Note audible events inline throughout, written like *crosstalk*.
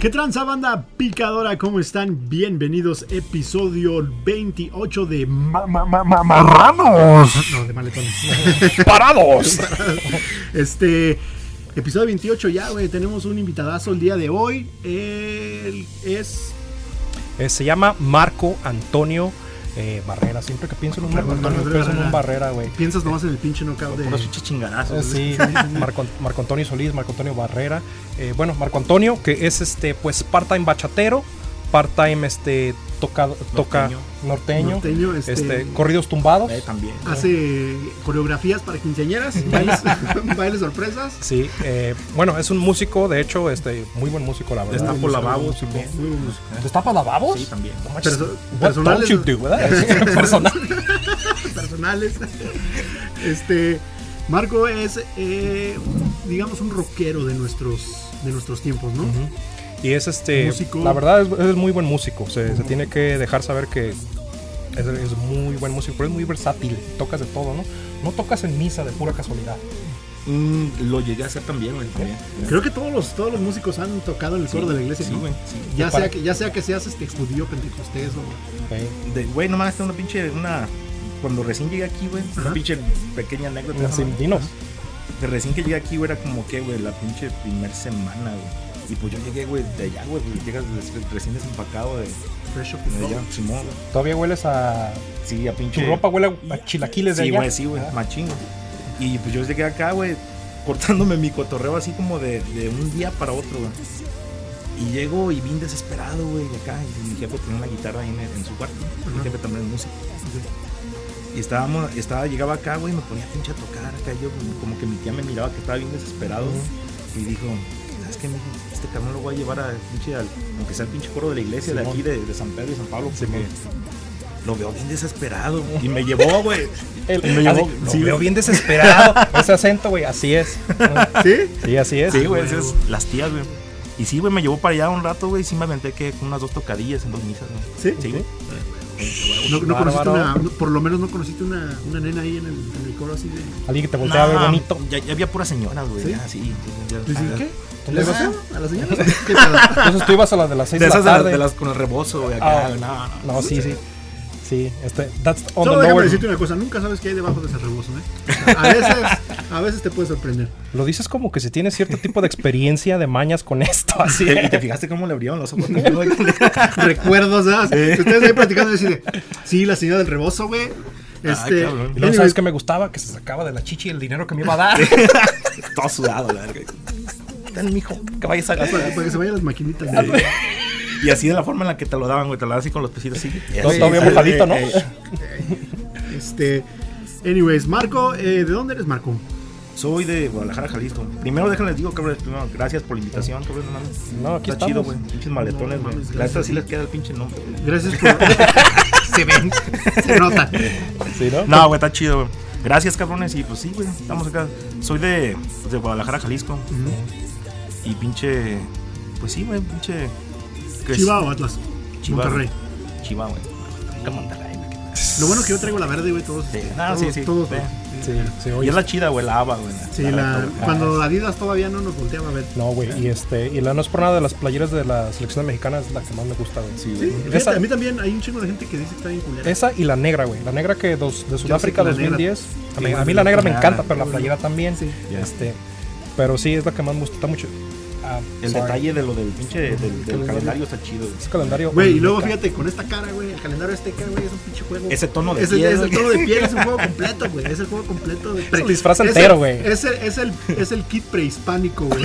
¿Qué tranza banda picadora? ¿Cómo están? Bienvenidos, episodio 28 de Ma- Ma- Ma- Ma- Marranos. No, de maletones. ¡Parados! *laughs* Este. Episodio 28 ya, güey. Tenemos un invitadazo el día de hoy. Él es. Eh, se llama Marco Antonio eh, Barrera. Siempre que pienso en un Marco Antonio, pienso en un Barrera, güey. Piensas nomás en el pinche knockout de. Unos pinches Eh, chingadazos. Sí, Marco, Marco Antonio Solís, Marco Antonio Barrera. Eh, bueno, Marco Antonio, que es este, pues part-time bachatero, part-time este, toca, toca norteño, Norteño, este- este, corridos tumbados. Eh, también. Hace coreografías para quinceañeras, bailes, *laughs* bailes sorpresas. Sí, eh, bueno, es un músico, de hecho, este, muy buen músico, la verdad. Destapa Muy lavabos buen músico. Muy buenos. ¿Destapa lavabos? Sí, también. No manches, Perso- what personales- don't you do, ¿verdad? *laughs* Personal. personales. Este, Marco es, eh, digamos, un rockero de nuestros, de nuestros tiempos, ¿no? Y es este. Músico. La verdad es, es muy buen músico. Se, se tiene que dejar saber que es, es muy buen músico, pero es muy versátil. Tocas de todo, ¿no? No tocas en misa de pura casualidad. Mm, lo llegué a hacer también, güey. también. Creo que todos los, todos los músicos han tocado en el coro de la iglesia, Sí, ¿no? güey, sí. Ya Para- sea, que, ya sea que seas este judío, pentecostés o... De- Güey, nomás está una pinche. Una, cuando recién llegué aquí, güey. Ajá. Una pinche pequeña anécdota. Así, ¿no? dinos. De recién que llegué aquí, güey, era como que, güey, la pinche primer semana, güey. Y pues yo llegué, güey, de allá, güey. pues Llegas de- recién desempacado de, de Fresh off the allá. boat. Simón, güey. Todavía hueles a. Sí, a Tu pinche. ropa huele a chilaquiles de Sí, allá. güey, sí, güey, Ah, machín. güey. Y pues yo llegué acá, güey, cortándome mi cotorreo así como de, de un día para otro, güey. Y llego y vine desesperado, güey, de acá. Y mi jefe tenía una guitarra ahí en, el- en su cuarto. Mi Ajá. jefe también es músico. Y estábamos, estaba, llegaba acá, güey, y me ponía pinche a tocar acá. Yo como- como que mi tía me miraba que estaba bien desesperado. Y dijo, ¿sabes qué, mijo? Este cabrón lo voy a llevar a pinche, al, aunque sea el pinche coro de la iglesia de Simón. aquí, de, de San Pedro y San Pablo. Sí, porque güey. lo veo bien desesperado. güey". Y me llevó, *laughs* güey. El- Y me llevó- así, lo sí, veo güey. bien desesperado. *laughs* Ese acento, güey, así *laughs* es. ¿Sí? Sí, así es. Sí, güey, güey. esas las tías, güey. Y sí, güey, me llevó para allá un rato, güey, y sí me aventé que con unas dos tocadillas en dos misas, güey. ¿Sí? Sí, güey. No, no Bárbaro. conociste una, no- por lo menos no conociste una, una nena ahí en el, en el coro así de... Alguien que te voltea a ver Nah, bonito. Ya, ya había puras señoras, güey. ¿Sí? ya, sí, ya- ¿Le dices, Ah, ¿Qué? ¿Dónde ¿Le vas? vas a la señora? ¿Qué pedo? Entonces tú ibas a las de las 6 De de, la esas de las, tarde. de las con el rebozo, güey. Ah, Acá, no, no, no. No, sí, sí. Sí, este. That's on Solo the déjame lower. decirte una cosa, nunca sabes qué hay debajo de ese rebozo, ¿eh? A veces, a veces te puede sorprender. Lo dices como que se tiene cierto tipo de experiencia de mañas con esto, *laughs* así. ¿eh? ¿Y te fijaste cómo le abrieron los ojos? Ay, *laughs* recuerdos, ¿sabes? Ustedes ahí platicando y así de, sí, la señora del rebozo, güey. Este, cabrón. Y luego, ¿sabes qué me gustaba? Que se sacaba de la chichi el dinero que me iba *laughs* a dar. *laughs* Todo sudado, la verga. Ten, mijo, que vayas a para, para que se vayan las maquinitas. güey. Y así de la forma en la que te lo daban, güey. Te lo daban así con los pesitos así. Todo, todo bien sí, mojadito, ¿no? Eh, eh, Este, anyways, Marco, eh, ¿de dónde eres, Marco? Soy de Guadalajara, Jalisco. Primero déjenles digo, cabrón, primero, gracias por la invitación, cabrón, no mames. No, aquí Está chido, estamos. güey. Pinches No, maletones, güey. mames, la gracias. neta sí les queda el pinche nombre. güey. Gracias por. se ven, se nota. Sí, ¿no? No, güey, está chido, güey. Gracias, cabrones. Y pues sí, güey, estamos acá. Soy de, pues, de Guadalajara, Jalisco. Y pinche. Pues sí, güey, pinche. que es- Chiva o Atlas. Chiva, Monterrey. güey. Chiva, güey. Acá Monterrey, güey. Lo bueno es que yo traigo la verde, güey, todos. Sí. este, Ah, todos, sí, sí. todos, Sí. Ah, güey. Sí, sí, Y oye. es la chida, güey, la haba, güey. Sí, la, neta, güey. cuando Adidas todavía no nos volteaba a ver. No, güey. Y este, y la no es por nada de las playeras de la selección mexicana es la que más me gusta, güey. Sí, Sí, güey. fíjate, Esa- a mí también hay un chingo de gente que dice que está bien culera. Esa y la negra, güey. La negra que dos, de Sudáfrica que la negra- 2010. A mí, que a mí la negra me la- encanta, pero la playera también. Sí. Ya. Este, pero sí, es la que más me gusta mucho. Ah, El sorry. detalle de lo del pinche. Del, del les- calendario está chido, güey. Ese calendario. Güey, y luego nunca- fíjate, con esta cara, güey, el calendario azteca, güey, es un pinche juego. Ese tono de es, el- piel, es el güey. tono de piel, es un juego completo, güey. Es el juego completo de pre- el disfraz es entero, el- güey. Es el, es, el, es el kit prehispánico, güey.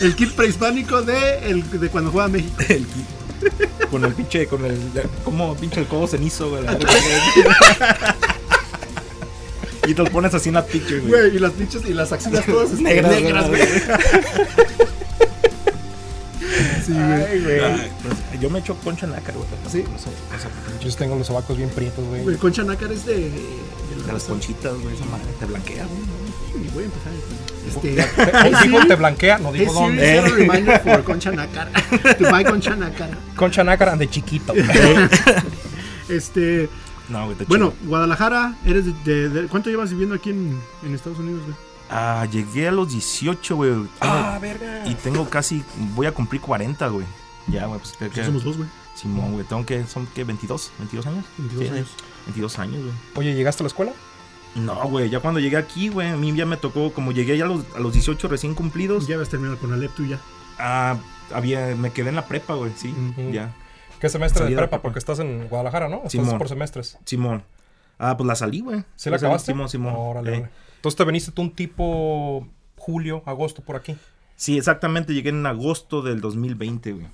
El kit prehispánico de, el, de cuando juega México. El kit. *laughs* Con el pinche, con el. Como pinche el codo cenizo, güey. la verga. y te lo pones así en la picture, güey. Güey, y las pinches y las axilas todas este, Negras, negras, güey. güey. Sí, güey. Ay, güey. Ay, pues, Yo me echo concha en la cara, güey. Sí. No sé, no sé por qué. Yo tengo los sobacos bien prietos, güey. *laughs* Güey, Concha Nácar es de. De, De las conchitas, güey, esa madre te blanquea, güey. Y voy a empezar. Este. Hey, Hey, dijo, Siri, te blanquea, no *laughs* Hey, Eh, digo Siri, dónde. set a reminder for Concha Nácar. *laughs* To buy Concha Nácar. Eh, Concha nácara de chiquito. Este. No, güey, te Bueno, Guadalajara, eres de, de- de- ¿cuánto llevas viviendo aquí en, en Estados Unidos, güey? Ah, llegué a los 18, güey. *laughs* Ah, verga. Y tengo casi. Voy a cumplir 40, güey. Ya, güey, pues. creo que- Pues somos dos, güey. Simón, güey. Tengo que. ¿Son qué? ¿22? ¿22 años? 22 años. 22 años, güey. Oye, ¿llegaste a la escuela? No, güey. Ya cuando llegué aquí, güey. A mí ya me tocó. Como llegué ya a los, a los 18 recién cumplidos. Ya vas a terminar con Alep tú ya. Ah, había. Me quedé en la prepa, güey. Sí, Ujú. ya. ¿Qué semestre de Salí de la prepa? prepa. Porque estás en Guadalajara, ¿no? Estás Simón. por semestres. Simón. Ah, pues la salí, güey. ¿Sí la salí, acabaste? Simón, Simón. Órale, Eh, órale. Entonces te veniste tú un tipo julio, agosto por aquí. Sí, exactamente. Llegué en agosto del 2020, güey.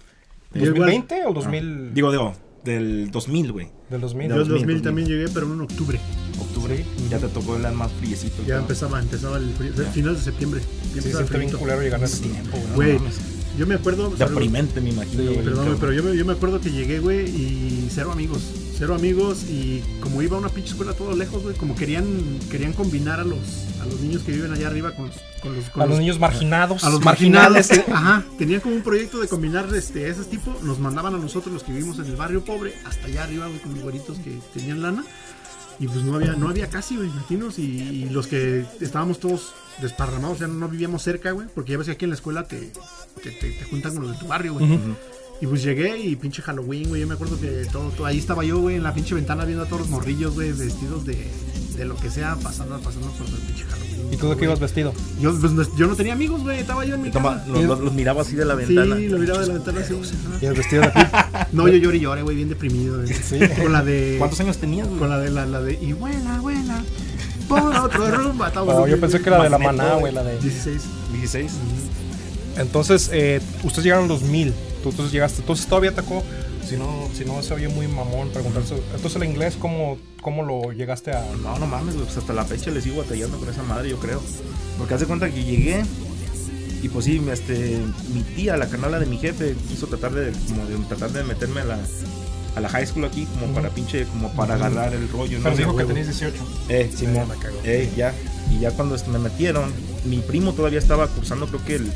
Yo igual- ¿2020 o 2000? Ah. Digo, digo, del 2000, güey. del 2000. Yo No. en 2000, 2000 también llegué, pero en octubre. Octubre. Sí. Ya te tocó el más friecito. Ya ¿no? empezaba, empezaba el frío. Ya. Final de septiembre. Ya Sí, empezaba sí, el está bien frío. culero llegar a ese tiempo, güey. Güey, No mames. yo me acuerdo. saludos. Deprimente, me imagino. Sí, güey, perdón, güey, cabrón. pero yo me, yo me acuerdo que llegué, güey, y cero amigos. Cero amigos y como iba a una pinche escuela todo lejos, güey, como querían querían combinar a los a los niños que viven allá arriba con los con los, con A los niños marginados. a los eh. marginales. *laughs* que- ajá, tenían como un proyecto de combinar este ese tipo, nos mandaban a nosotros los que vivimos en el barrio pobre hasta allá arriba, güey, con los güeritos que tenían lana. Y pues no había, no había casi, güey, latinos. Y, y los que estábamos todos desparramados, o sea, no vivíamos cerca, güey. Porque ya ves que aquí en la escuela te, te, te- te juntan con los de tu barrio, güey. Y pues llegué y pinche Halloween, güey. Yo me acuerdo que todo, todo- ahí estaba yo, güey, en la pinche ventana viendo a todos los morrillos, güey, vestidos de, de lo que sea, pasando, pasando por el pinche Halloween. ¿Y tú de güey. qué ibas vestido? Yo, pues, no- yo no tenía amigos, güey. Estaba yo en mi Toma, casa. los, los- los miraba así de la Sí, ventana. lo miraba de la ventana así. ajá. Ibas vestido de aquí. No, yo lloré y lloré, güey, bien deprimido, güey. Con la de. ¿Cuántos años tenías, güey? Con la de la, la de. Y vuela, vuela. Por *laughs* otro rumbo. Ah, Estaba No, yo bien, pensé bien. que era de la Magneto, maná, güey. güey, la de... 16. 16. Entonces, eh, ustedes llegaron en los 2000. Tú entonces llegaste. Entonces todavía atacó. Si no, si no se oye muy mamón preguntarse. Entonces el inglés, ¿cómo, cómo lo llegaste a...? No, no mames, güey. Pues hasta la fecha le sigo batallando con esa madre, yo creo. Porque hace cuenta que llegué. Y pues sí, mi- este, mi tía, la canala de mi jefe, quiso tratar de, como de tratar de meterme a la, a la high school aquí, como para pinche, como para agarrar el rollo. Pero ¿no? dijo De que huevo. tenías 18. Eh, Simón. me cagó. Eh, ya. Y ya cuando me metieron, mi primo todavía estaba cursando, creo que el-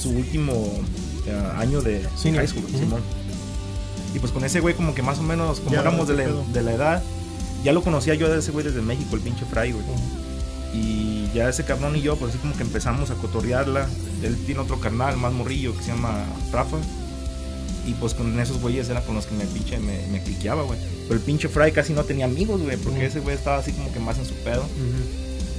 su último eh, año de de Senior. high school, Ujú. Simón. Y pues con ese güey, como que más o menos, como Ya, éramos de la, pedo. de la edad, ya lo conocía yo de ese güey desde México, el pinche Fry, güey. Y ya ese cabrón y yo, pues así como que empezamos a cotorrearla. Él tiene otro carnal más morrillo que se llama Rafa. Y pues con esos güeyes era con los que me pinche me, me cliqueaba, güey. Pero el pinche Fry casi no tenía amigos, güey, porque Ujú. ese güey estaba así como que más en su pedo.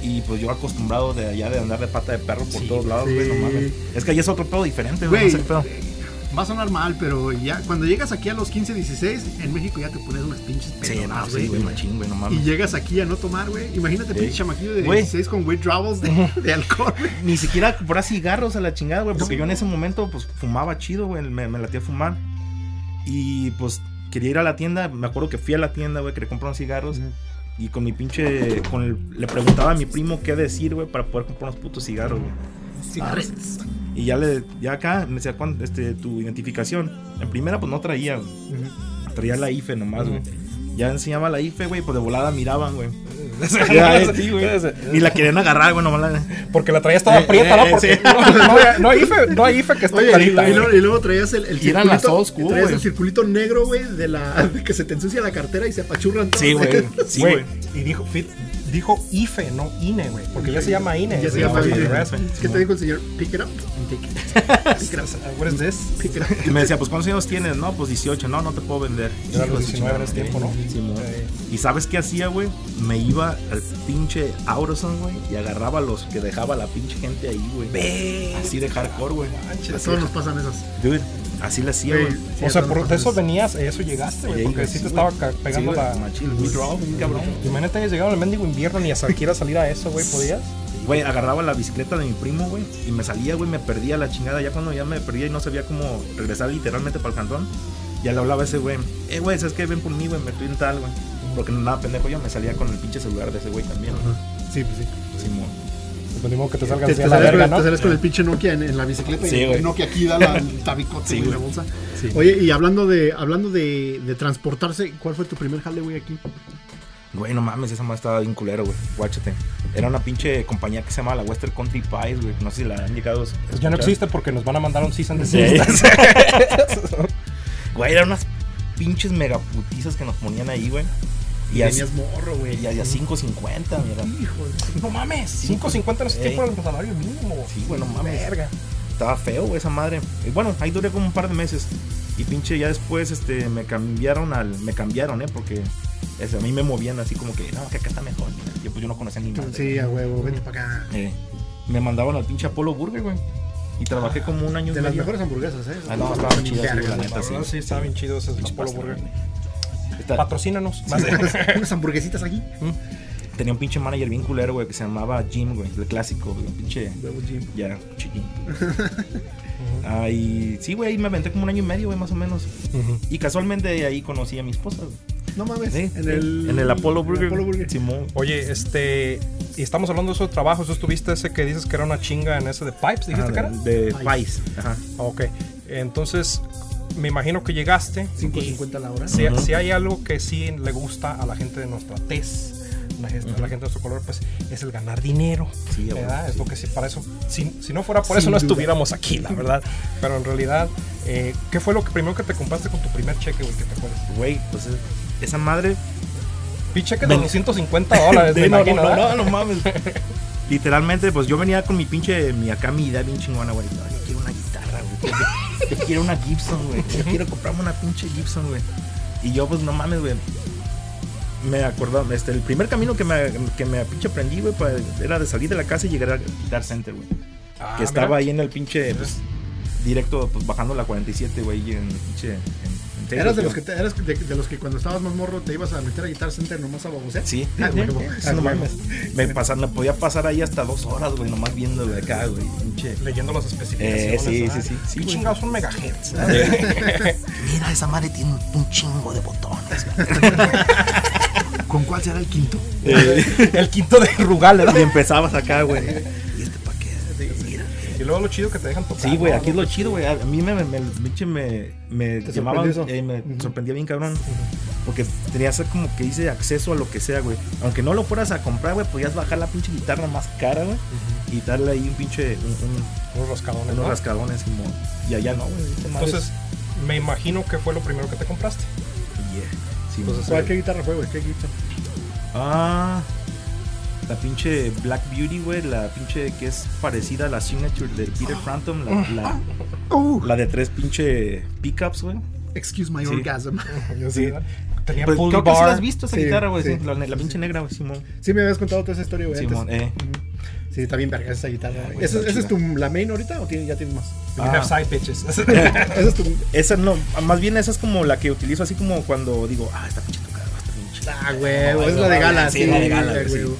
Y pues yo acostumbrado de allá de andar de pata de perro por Sí, todos lados, sí. güey, no mames. Es que allá es otro pedo diferente, Güey, güey. eh, No sé qué pedo. va a sonar mal, pero ya cuando llegas aquí a los 15, 16, en México ya te pones unas pinches Sí, no, pedonas, sí, güey, machín, güey, no Y mames. llegas aquí a no tomar, güey. Imagínate, Sí. pinche chamaquillo de Güey. 16 con withdrawals de, de alcohol, güey. Ni siquiera comprar cigarros a la chingada, güey, porque yo en ese momento pues fumaba chido, güey, me, me latía fumar. Y pues quería ir a la tienda, me acuerdo que fui a la tienda, güey, quería comprar unos cigarros. Y con mi pinche. Con el- le preguntaba a mi primo qué decir, güey, para poder comprar unos putos cigarros, güey. Y ya le. Ya acá me decía, "¿Cuán- este, tu identificación. En primera, pues no traía, güey. Traía la IFE nomás, güey. Ya enseñaba la IFE, güey, pues de volada miraban, güey. *laughs* Ya, eh, sí, güey. Y la querían agarrar, güey, nomás la... Porque la traías toda Eh, prieta, *laughs* ¿no? eh, Porque sí. no, no hay- no hay IFE, no hay IFE que esté Oye, y, clarita. y güey. luego, y luego traías el, el Y eran las old school, traías güey. el circulito negro, güey, de la *laughs* de que se te ensucia la cartera y se apachurran todos. Sí, güey. Sí, Güey, güey. Y dijo, fit- dijo IFE, no INE, güey. Porque ya se llama INE. Ya se güey, llama al INE. revés, güey. ¿Qué te dijo el señor? Pick it up. Pick it up. Pick it up. What is this? Pick it up. *laughs* Y me decía, pues ¿cuántos años tienes? No, pues 18. No, no te puedo vender. Era Hijo los de 19 en su chingada, ese tiempo, güey. ¿no? Sí, mo. Eh. Y ¿sabes qué hacía, güey? Me iba al pinche Auroson, güey, y agarraba a los que dejaba la pinche gente ahí, güey. Así de hardcore, güey. A Así, todos nos pasan esas. dude, así le hacía, Güey, güey. sí, O a sea, todos por nos de pasan eso esas. venías, a eso llegaste, Y güey. ahí, Porque güey, sí sí, te güey. estaba ca- pegando Sí, güey, la. machín, el withdrawal, un cabrón. Imagínate que llegaron al mendigo invierno ni a siquiera salir a eso, güey, podías. Güey, agarraba la bicicleta de mi primo, güey, y me salía, güey, me perdía la chingada. Ya cuando ya me perdía y no sabía cómo regresar literalmente para el cantón, ya le hablaba a ese güey, eh, güey, ¿sabes qué? Ven por mí, güey, me estoy en tal, güey. Porque nada, pendejo, yo me salía con el pinche celular de ese güey también. Ajá. Sí, pues sí. Simón. Lo mismo Pues que te salgan Te, así te a la sales, verga, con, ¿no? te sales con el pinche Nokia en, en la bicicleta Sí, y güey. el Nokia aquí da la, el tabicote Sí, güey, en la güey. bolsa. Sí. Oye, y hablando de hablando de, de transportarse, ¿cuál fue tu primer jale, güey, aquí? Güey, no mames, esa madre estaba bien culero, güey. Guáchate. Era una pinche compañía que se llama la Western Country Pies, güey. No sé si la han llegado. a Pues ya no escuchar. existe porque nos van a mandar un season de Sí. *laughs* seis. Güey, eran unas pinches megaputizas que nos ponían ahí, güey. Y a, Tenías morro, güey. y a, y a 5.50, mira. Hijo de- No mames, 5.50 no sé qué Ey. por el salario mínimo. Sí, güey, no mames. Verga. Estaba feo, güey, esa madre. Y bueno, ahí duré como un par de meses. Y pinche, ya después este, me cambiaron al. Me cambiaron, ¿eh? Porque o sea, a mí me movían así como que, no, que acá está mejor. mira. Yo, pues, yo no conocía ni madre. Sí, a huevo, vente para acá. Eh, me mandaban al pinche Apolo Burger, güey. Y trabajé como un año y De las medio. mejores hamburguesas, ¿eh? Ah, no, estaban chidas, sí, la Verga, neta, sí. La verdad, sí, está bien chido ese Pinche Apolo pasta, Burger. güey. Está- Patrocínanos. Más de- *laughs* Unas hamburguesitas aquí. tenía un pinche manager bien culero, güey, que se llamaba Jim, güey. El clásico, güey. Un pinche. Huevo, Jim. Ya, pinche *laughs* Jim. Ah, y sí, güey, ahí me aventé como un año y medio, güey, más o menos. Ujú. Y casualmente ahí conocí a mi esposa, güey. No mames. Sí, en, sí. el, en el Apollo Burger. Apollo Burger. Simón. Oye, este. Y estamos hablando de esos trabajos. Tú estuviste ese que dices que era una chinga en ese de Pipes, dijiste Ah, que era. de, de Pais. Pais. Ajá. Ok. Entonces, me imagino que llegaste. 5.50 la hora. Si, Ujú. si hay algo que sí le gusta a la gente de nuestra tez, la gente- a la gente de nuestro color, pues es el ganar dinero. Sí, ¿verdad? bueno, Es sí. lo que sí, para eso. Si, si no fuera por Sin eso, no duda. estuviéramos aquí, la verdad. Pero en realidad, eh, ¿qué fue lo que primero que te compraste con tu primer cheque, güey? Que te acuerdas. Güey, pues es- esa madre. Vi cheques de Ven- 250 *laughs* dólares, me De- no, imagino, no, no, ¿verdad? no, no mames. *laughs* Literalmente, pues yo venía con mi pinche, mi acá mi idea bien chingona, güey. No, yo quiero una guitarra, güey. Yo, yo quiero una Gibson, güey. Yo quiero comprarme una pinche Gibson, güey. Y yo, pues no mames, güey. Me acordaba, este, el primer camino que me, que me pinche aprendí, güey, pa- era de salir de la casa y llegar al Guitar Center, güey. Ah, que estaba mira. ahí en el pinche, pues, directo, pues bajando la 47, güey, y en pinche. En, en Taylor, Eras de güey. los que te- eras de, de los que cuando estabas más morro te ibas a meter a Guitar Center nomás a babosear. Sí, Ah, huevo. sí, Ah, no huevo. mames. Me, pasa- me podía pasar ahí hasta dos horas, güey, nomás viendo de acá, güey. pinche. Leyendo las especificaciones. Eh, sí, ¿verdad? sí, sí. Sí, Y güey. chingados son megahertz. Mira, esa madre tiene un, chingo de botones. ¿Con cuál será el quinto? Eh. *laughs* El quinto de Rugal, ¿verdad? y empezabas acá, güey. ¿Y este pa' qué? Mira. Y luego lo chido que te dejan tocar. Ah, Sí, güey, ¿no? aquí es lo chido, güey. A a mí me, me, me, pinche me, me ¿Te sorprendió llamaban, eso? eh, me Ujú. sorprendía bien cabrón. Porque tenías como que hice acceso a lo que sea, güey. Aunque no lo fueras a comprar, güey, podías bajar la pinche guitarra más cara, güey. Y darle ahí un pinche, un- un- Unos rascadones, unos ¿no? rascadones como... Y allá no, güey. esta madre Entonces, me imagino que fue lo primero que te compraste. es- Yeah. Sí, Pues güey. es- ¿Cuál, ¿Qué guitarra fue, güey? ¿Qué guitarra? Ah, la pinche Black Beauty, güey. La pinche que es parecida a la signature del Peter Frampton. La, la, la de tres pinche pickups, güey. Uh, Excuse my Sí. orgasm. Yo Sí. ¿verdad? Tenía Pues, pull creo que sí bar. la has visto esa Sí, guitarra, güey. sí. sí, la, la pinche negra, güey, Simón. Sí, me habías contado toda esa historia, güey. Simón, antes. eh. Ujú. Sí, está bien verga esa guitarra. güey. güey, ¿Esa, está esa es tu, chida. la main ahorita o tiene- ya tienes *laughs* más? You Ah. have side bitches. *laughs* *laughs* Esa es tu. Esa no, más bien esa es como la que utilizo así como cuando digo, ah, esta pinche tocada, esta pinche. Ah, huevo, No, es esa la de va gala. bien, sí, la de gala, güey, sí. huevo.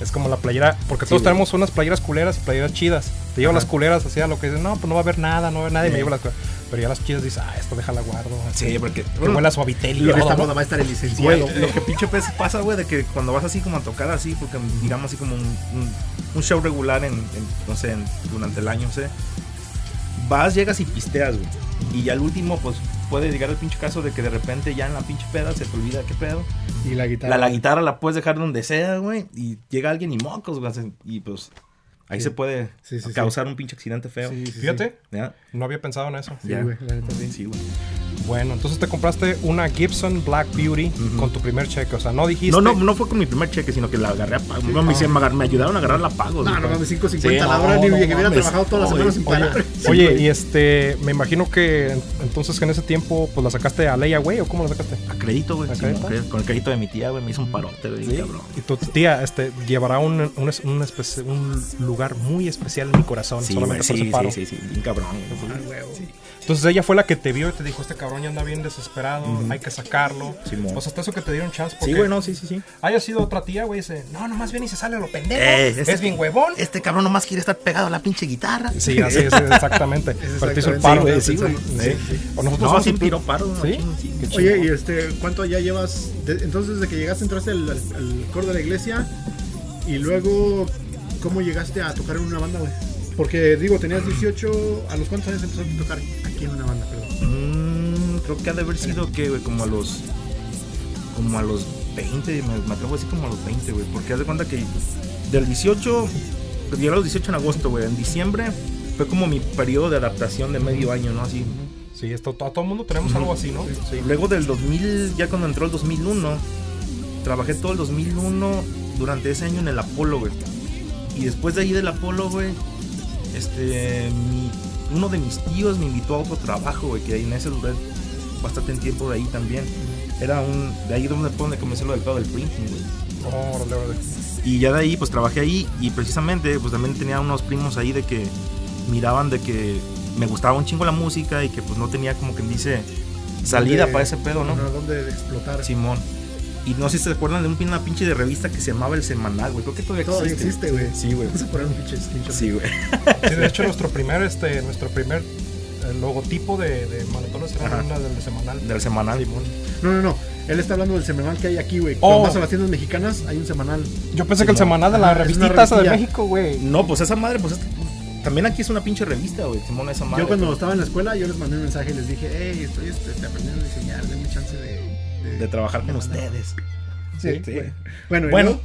es como la playera, porque todos güey. tenemos unas playeras culeras y playeras chidas. Te llevo Ajá. las culeras así a lo que dicen, no, pues no va a haber nada, no va a haber nada, y me Sí. llevo las culeras. Pero ya las chidas dices, ah, esto déjala guardo. así, Sí, porque. Que bueno, huela a suavitel y En todo, esta ¿no? moda va a estar el Güey, licenciado. lo, lo que pinche pez pasa, güey, de que cuando vas así como a tocar así, porque digamos así como un, un- un show regular en, en, no sé, en- durante el año, no sé, vas, llegas y pisteas, güey. Y ya al último, pues puede llegar el pinche caso de que de repente ya en la pinche peda se te olvida qué pedo. Y la guitarra. La, la guitarra la puedes dejar donde sea, güey, y llega alguien y mocos, güey, hacen- y pues ahí Sí. se puede Sí, sí, sí. causar un pinche accidente feo. Sí, sí, sí. Fíjate, ¿Ya? no había pensado en eso. Sí, Ya. güey, la neta, sí. Sí, güey. Bueno, entonces te compraste una Gibson Black Beauty Ujú. con tu primer cheque. O sea, no dijiste. No, no, no fue con mi primer cheque, sino que la agarré a pago. No, me, hicieron- me agar- me ayudaron a agarrar la pago. Ah. No, güey. no mames, 5.50 Sí, la no, hora, ni no que hubiera mames. trabajado todas las Oye, semanas sin oye, *laughs* parar. Oye, y este, me imagino que en- entonces que en ese tiempo, pues la sacaste a Leia, güey, o cómo la sacaste? A crédito, güey. ¿A sí, crédito? a crédito. con el crédito de mi tía, güey. Me hizo un parote, güey. Cabrón. Y tu tía este, llevará un, un, es- un especie- un lugar muy especial en mi corazón, Sí, güey, solamente por sí, ese paro. sí, sí, sí, bien cabrón. güey. Ah, huevo. Entonces ella fue la que te vio y te dijo, este cabrón ya anda bien desesperado, hay que sacarlo. Simón. o sea, hasta eso que te dieron chance porque Sí, güey, no, sí, sí, sí. haya sido otra tía, güey, dice, no, nomás viene y se sale a lo pendejo, Eh, este- es bien huevón. Este cabrón nomás quiere estar pegado a la pinche guitarra. Sí, así es, *laughs* exactamente. Pero te hizo el exactamente. paro. Sí, güey, *laughs* sí, güey. Sí. O nosotros No, somos sí, un- tiro paro. no, ¿Sí? ching, sí, qué chido. Oye, y este, ¿cuánto ya llevas? de- entonces, desde que llegaste, entraste al, al- al coro de la iglesia y luego, ¿cómo llegaste a tocar en una banda, güey? Porque, digo, tenías 18, ¿a los cuántos años empezaste a tocar aquí en una banda, perdón? Mm, creo que ha de haber sido que, güey, como a los. Como a los 20, me, me atrevo a decir como a los 20, güey. Porque haz de cuenta que del 18, pues, llegué a los 18 en agosto, güey. En diciembre fue como mi periodo de adaptación de medio año, ¿no? Así. Sí, esto, a todo el mundo tenemos algo así, ¿no? Luego del 2000, ya cuando entró el 2001, Trabajé todo el 2001 durante ese año en el Apolo, güey. Y después de ahí del Apolo, güey, este, mi- uno de mis tíos me invitó a otro trabajo, güey, que ahí en ese duré bastante tiempo de ahí también. Era un, de ahí donde, donde comencé lo del pedo del printing, güey. Órale, órale. Y ya de ahí, pues trabajé ahí y precisamente, pues también tenía unos primos ahí de que miraban de que me gustaba un chingo la música y que pues no tenía como quien dice salida De- para ese pedo, ¿no? Ajá, ¿Dónde explotar? Simón. Y no sé si se acuerdan de un- una pinche de revista que se llamaba El Semanal, güey. Creo que todavía, Todavía existe, güey. *laughs* Sí, güey. Vamos a poner un pinche screenshot. Sí, güey. Sí, de hecho, nuestro primer, este, nuestro primer eh, logotipo de, de Maletones era Ajá. una del semanal. Del Semanal. Simón. No, no, no. Él está hablando del semanal que hay aquí, güey. Oh. Cuando vas a las tiendas mexicanas, hay un semanal. Yo pensé que el Simón. semanal de la Ajá, es una revistita esa de revistilla. México, güey. No, pues esa madre, pues es- también aquí es una pinche revista, güey. Simón, esa madre. Yo cuando estaba en la escuela, yo les mandé un mensaje y les dije, hey, estoy este, este, aprendiendo a diseñar, denme chance de... De trabajar con de- ustedes. Sí, Sí. güey. Bueno, y Bueno, luego-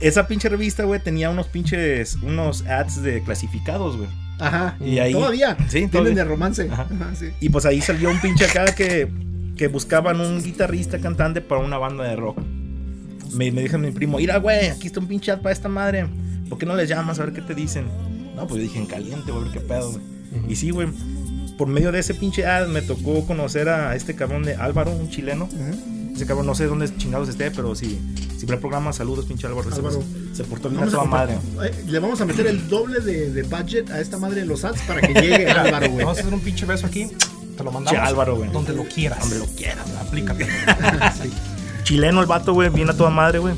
esa pinche revista, güey, tenía unos pinches, unos ads de clasificados, güey. Ajá, y ahí- Mm, todavía. Sí, Tienen todavía. de romance. Ajá. Ajá, sí. Y pues ahí salió un pinche acá que, que buscaban un guitarrista cantante para una banda de rock. Me, me dijo mi primo, mira, güey, aquí está un pinche chat para esta madre. ¿Por qué no les llamas a ver qué te dicen? No, pues yo dije, en caliente, güey, a ver qué pedo, güey. Y sí, güey, por medio de ese pinche ad me tocó conocer a este cabrón de Álvaro, un chileno. Ese cabrón, no sé dónde chingados esté, pero si, si ve el programa, saludos, pinche Álvaro. Se- Álvaro. Se, portó bien a Vamos a toda madre. comprar- eh, Le vamos a meter el doble de, de budget a esta madre de los ads para que *laughs* llegue Álvaro, güey. Vamos a hacer un pinche beso aquí. Te lo mandamos. Che, Álvaro, güey. Donde lo quieras. Hombre, lo *laughs* quiera, *laughs* Aplícate. chileno el vato, güey, bien a toda madre, güey.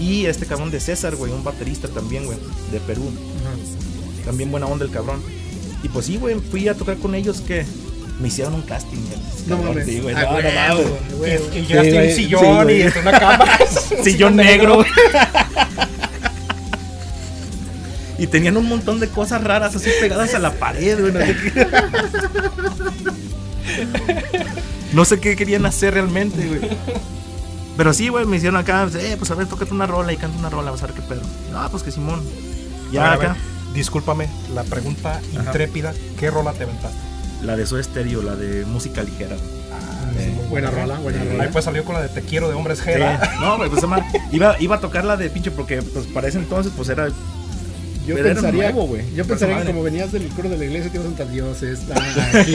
Y este cabrón de César, güey, un baterista también, güey, de Perú. También buena onda el cabrón. Y pues sí, güey, fui a tocar con ellos que me hicieron un casting, güey. No Cabrón, mames. sí, güey, Ah, no, no güey, mames. güey, Y güey. llegaste en un Sí, sillón güey. y en una *laughs* cámara. Sillón negro. güey. Y tenían un montón de cosas raras así pegadas a la pared, güey. No sé qué, No sé qué querían hacer realmente, güey. Pero sí, güey, me hicieron acá, eh, pues a ver, tócate una rola y canta una rola, vas a ver qué pedo. Ah, pues que Simón. Ya A ver, a acá. ver, Discúlpame, la pregunta intrépida, ¿qué rola te aventaste? La de su estéreo, la de música ligera. Ah, Sí, muy Buena rola, buena Eh, rola. Ahí pues salió con la de Te quiero de Hombres G, *laughs* ¿verdad? No, güey, pues esa madre- iba, iba a tocar la de pinche, porque pues para ese entonces, pues era. Yo Pero era pensaría, nuevo, güey. yo pensaría que Madre. como venías del coro de la iglesia te ibas a cantar Dios *laughs* está aquí.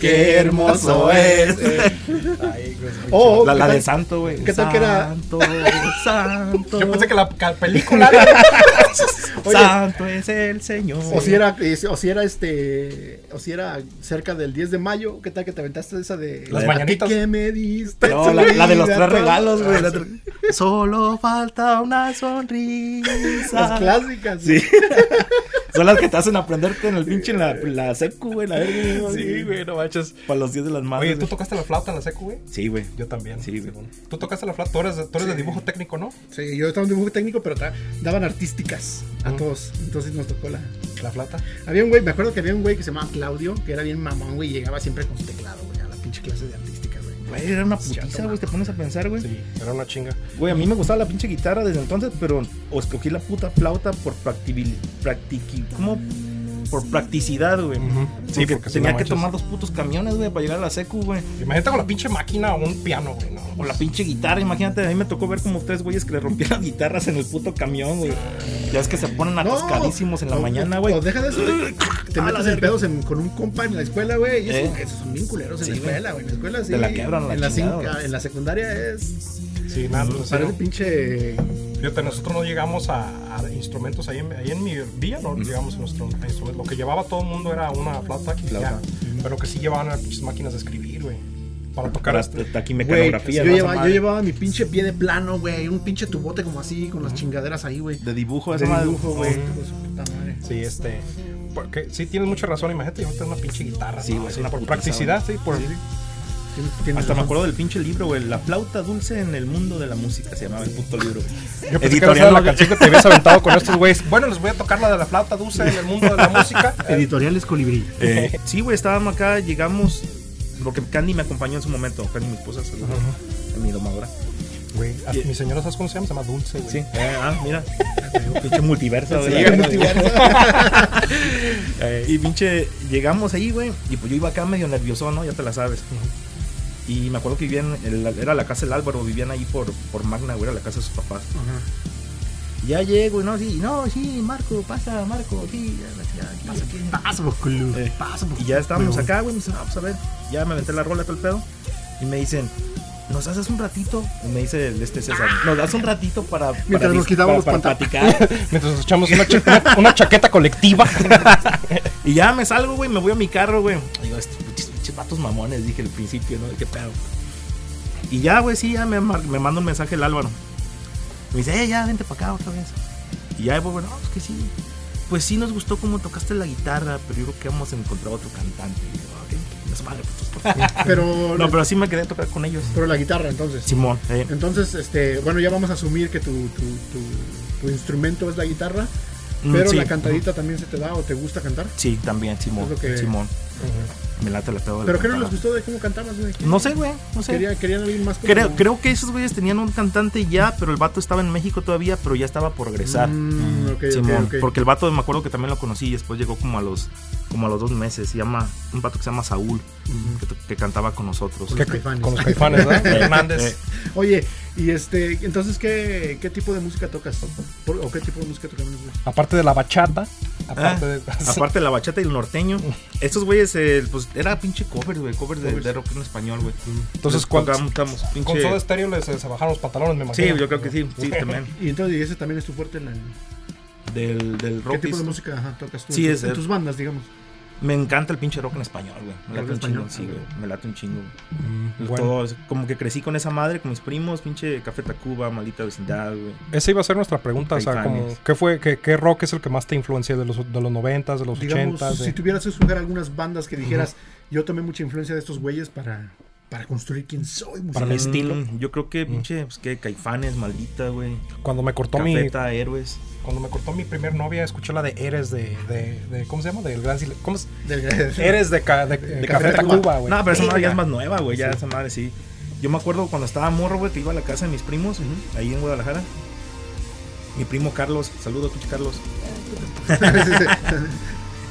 Qué hermoso es. Ay, güey, es muy Oh, La, ¿qué la tal? de Santo, güey. qué tal que era? Santo, *laughs* Santo. chido. Yo pensé que la ca- película era- Oye. Santo es el Señor. O si era, eh, o si era este, o si era cerca del 10 de mayo, ¿qué tal que te aventaste esa de Las ¿A ti mañanitas. ¿Qué me diste? No, la, la de los vida, tres todo? regalos, güey. Ah, la tre- Solo falta una sonrisa. Las clásicas. Sí. Son las que te hacen aprenderte en el pinche en la, la secu, güey. La verga, Sí, güey, no manches. Para los días de las madres. Oye, ¿tú güey. tocaste la flauta en la secu, güey? Sí, güey. Yo también. Sí, güey. Simón. Tú tocaste la flauta, tú eres, de- tú eres de dibujo técnico, ¿no? Sí, yo estaba en dibujo técnico, pero tra- daban artísticas a Mm. todos. Entonces nos tocó la. La flauta. Había un güey, me acuerdo que había un güey que se llamaba Claudio, que era bien mamón, güey, y llegaba siempre con su teclado, güey, a la pinche clase de artísticas, güey. Güey, era una Chato, putiza, mano. güey. Te pones a pensar, güey. Sí, era una chinga. Güey, a mí me gustaba la pinche guitarra desde entonces, pero escogí la puta flauta por practibil- practiqui- ¿cómo? Por practicidad, güey. Ujú. Sí, porque si tenía no que manches. tomar dos putos camiones, güey, para llegar a la secu, güey. Imagínate con la pinche máquina o un piano, güey. No, O la pinche guitarra, imagínate, a mí me tocó ver como tres güeyes que le rompían las guitarras en el puto camión, güey. Ya es que se ponen atascadísimos en la O- mañana, O güey. deja de eso, güey. Te A la metes en verga. pedos en- con un compa en la escuela, güey. Y eso, Eh. esos son bien culeros en Sí, la güey. escuela, güey. En la escuela sí. Te la quebran a la en, la chingada, cinca- güey. en la secundaria es. Sí, nada, no, sí, Parece no. pinche. Fíjate, nosotros no llegamos a, a instrumentos ahí en, ahí en mi villa, no llegamos a nuestro a instrumentos. Lo que llevaba todo el mundo era una flauta, que Flauta. ya, pero que sí llevaban eran pinches máquinas de escribir, güey, para tocar Para este. Güey, yo, taquimecanografía, ¿no? llevaba, yo Esa madre. llevaba mi pinche pie de plano, güey. Un pinche tubote como así, con las chingaderas ahí, güey. De dibujo, De esa madre. dibujo, güey. Ujú. hijo de su puta madre. Sí, este. Porque sí tienes mucha razón, imagínate, llevarte una pinche guitarra. Sí, ¿no? güey, es Así, una por putiza, practicidad, sí, por. Tienes- tienes Hasta me razón. acuerdo del pinche libro, güey. La flauta dulce en el mundo de la música se llamaba el puto libro. Yo pensé que era la *laughs* canción que te habías aventado con estos güeyes. Bueno, les voy a tocar la de la flauta dulce en el mundo de la música. Eh, Editoriales Colibrí. *laughs* Eh, sí, güey, estábamos acá, llegamos. Porque Candy me acompañó en su momento. Candy, mi esposa, saludos, mi domadora. Güey, hasta mi señora, ¿sabes cómo se llama? Se llama Dulce, güey. Sí, eh, ah, *laughs* mira. pinche multiverso, güey. Sí, multiverso. *laughs* Eh, y pinche, llegamos ahí, güey. Y pues yo iba acá medio nervioso, ¿no? Ya te la sabes. Y me acuerdo que vivían, en la- era la casa del Álvaro, vivían ahí por, por Magna, güey, era la casa de sus papás. Ajá. Ya llego, y no, sí, no, sí, Marco, pasa, Marco, sí, ya, ya, aquí, aquí. Paso, Boculu, Eh, paso, Y ya estábamos Boculu. acá, güey, me dicen, ah, pues a ver, ya me aventé la rola, todo el pedo. Y me dicen, ¿nos haces un ratito? Y me dice el este César, ¿nos das un ratito para, para, Mientras nos dis- quitábamos para- los para pantalones". platicar? *laughs* Mientras nos echamos una, cha- una- una chaqueta colectiva. Y ya me salgo, güey, me voy a mi carro, güey. Digo, estos pinches, pinches vatos mamones, dije al principio, ¿no? ¿Qué pedo? Y ya, güey, sí, ya me, mar- me manda un mensaje el Álvaro. Me dice, eh, ya, vente para acá otra vez. Y ya, güey, bueno, no, es que sí. Pues sí nos gustó cómo tocaste la guitarra, pero yo creo que vamos a encontrar otro cantante. Y yo, ok, es madre, putos. Pero, No, pero sí me quedé a tocar con ellos. pero la guitarra, entonces. Simón, eh. Entonces, este, bueno, ya vamos a asumir que tu, tu, tu- tu instrumento es la guitarra, Mm, pero sí. la cantadita también se te da o te gusta cantar. Sí, también, Simón. Es lo que- Simón. Me late la pedo. de la Pero ¿qué no les cantada. gustó de cómo cantabas, güey? No sé, güey, no sé. Quería- querían alguien más como- Creo, creo que esos güeyes tenían un cantante ya, pero el vato estaba en México todavía, pero ya estaba por regresar. Mm, ok, ok, Simón, ok. porque el vato me acuerdo que también lo conocí y después llegó como a los como a los dos meses. Se llama un vato que se llama Saúl, que, que cantaba con *laughs* nosotros. Con los caifanes. Con los caifanes, ¿verdad? Eh, Hernández. eh, Oye, y este, entonces, ¿qué, qué tipo de música tocas? Por- ¿O qué tipo de música tocas? Aparte de la bachata. Ah, Aparte de. *laughs* aparte de la bachata y el norteño, estos güeyes, eh, pues era pinche cover, güey, cover de, Covers. de rock en español, güey. Entonces, ¿cuál- tocamos, tocamos Con todo pinche. estéreo les, se bajaron los pantalones, me imagino. Sí, yo creo que *laughs* sí, sí, también. Y entonces, ¿y ese también es tu fuerte en el- Del, del ¿Qué rock. tipo de es- música ajá, tocas tú? Sí, en, es- en tus bandas, digamos. me encanta el pinche rock en español, güey. Me Rock late en un chingo, español, sí, ah, güey. güey. Me late un chingo, güey. Pues, Mm, bueno. Todo, es- como que crecí con esa madre, con mis primos, pinche Café Tacuba, maldita vecindad, güey. Esa iba a ser nuestra pregunta, o sea, Caifanes. como, ¿qué fue, qué, qué rock es el que más te influencia de los, de los 90s, de los Digamos, 80s? de- si tuvieras que escoger algunas bandas que dijeras, yo tomé mucha influencia de estos güeyes para, para construir quién soy. Para mi musicalmente". estilo. Mm, Yo creo que, pinche, pues que Caifanes, maldita, güey. Cuando me cortó mi, Cafeta, Héroes. cuando me cortó mi primer novia, escuché la de Eres de, de, de- ¿cómo se llama? Del gran Silencio. ¿Cómo es? Del- *laughs* Eres de, ca- de, de Café Café Tacuba, güey. No, pero esa madre Ah, ya Verga. es más nueva, güey. Ya esa madre sí. Yo me acuerdo cuando estaba morro, güey, que iba a la casa de mis primos, ahí en Guadalajara. Mi primo Carlos, saludos, pinche Carlos.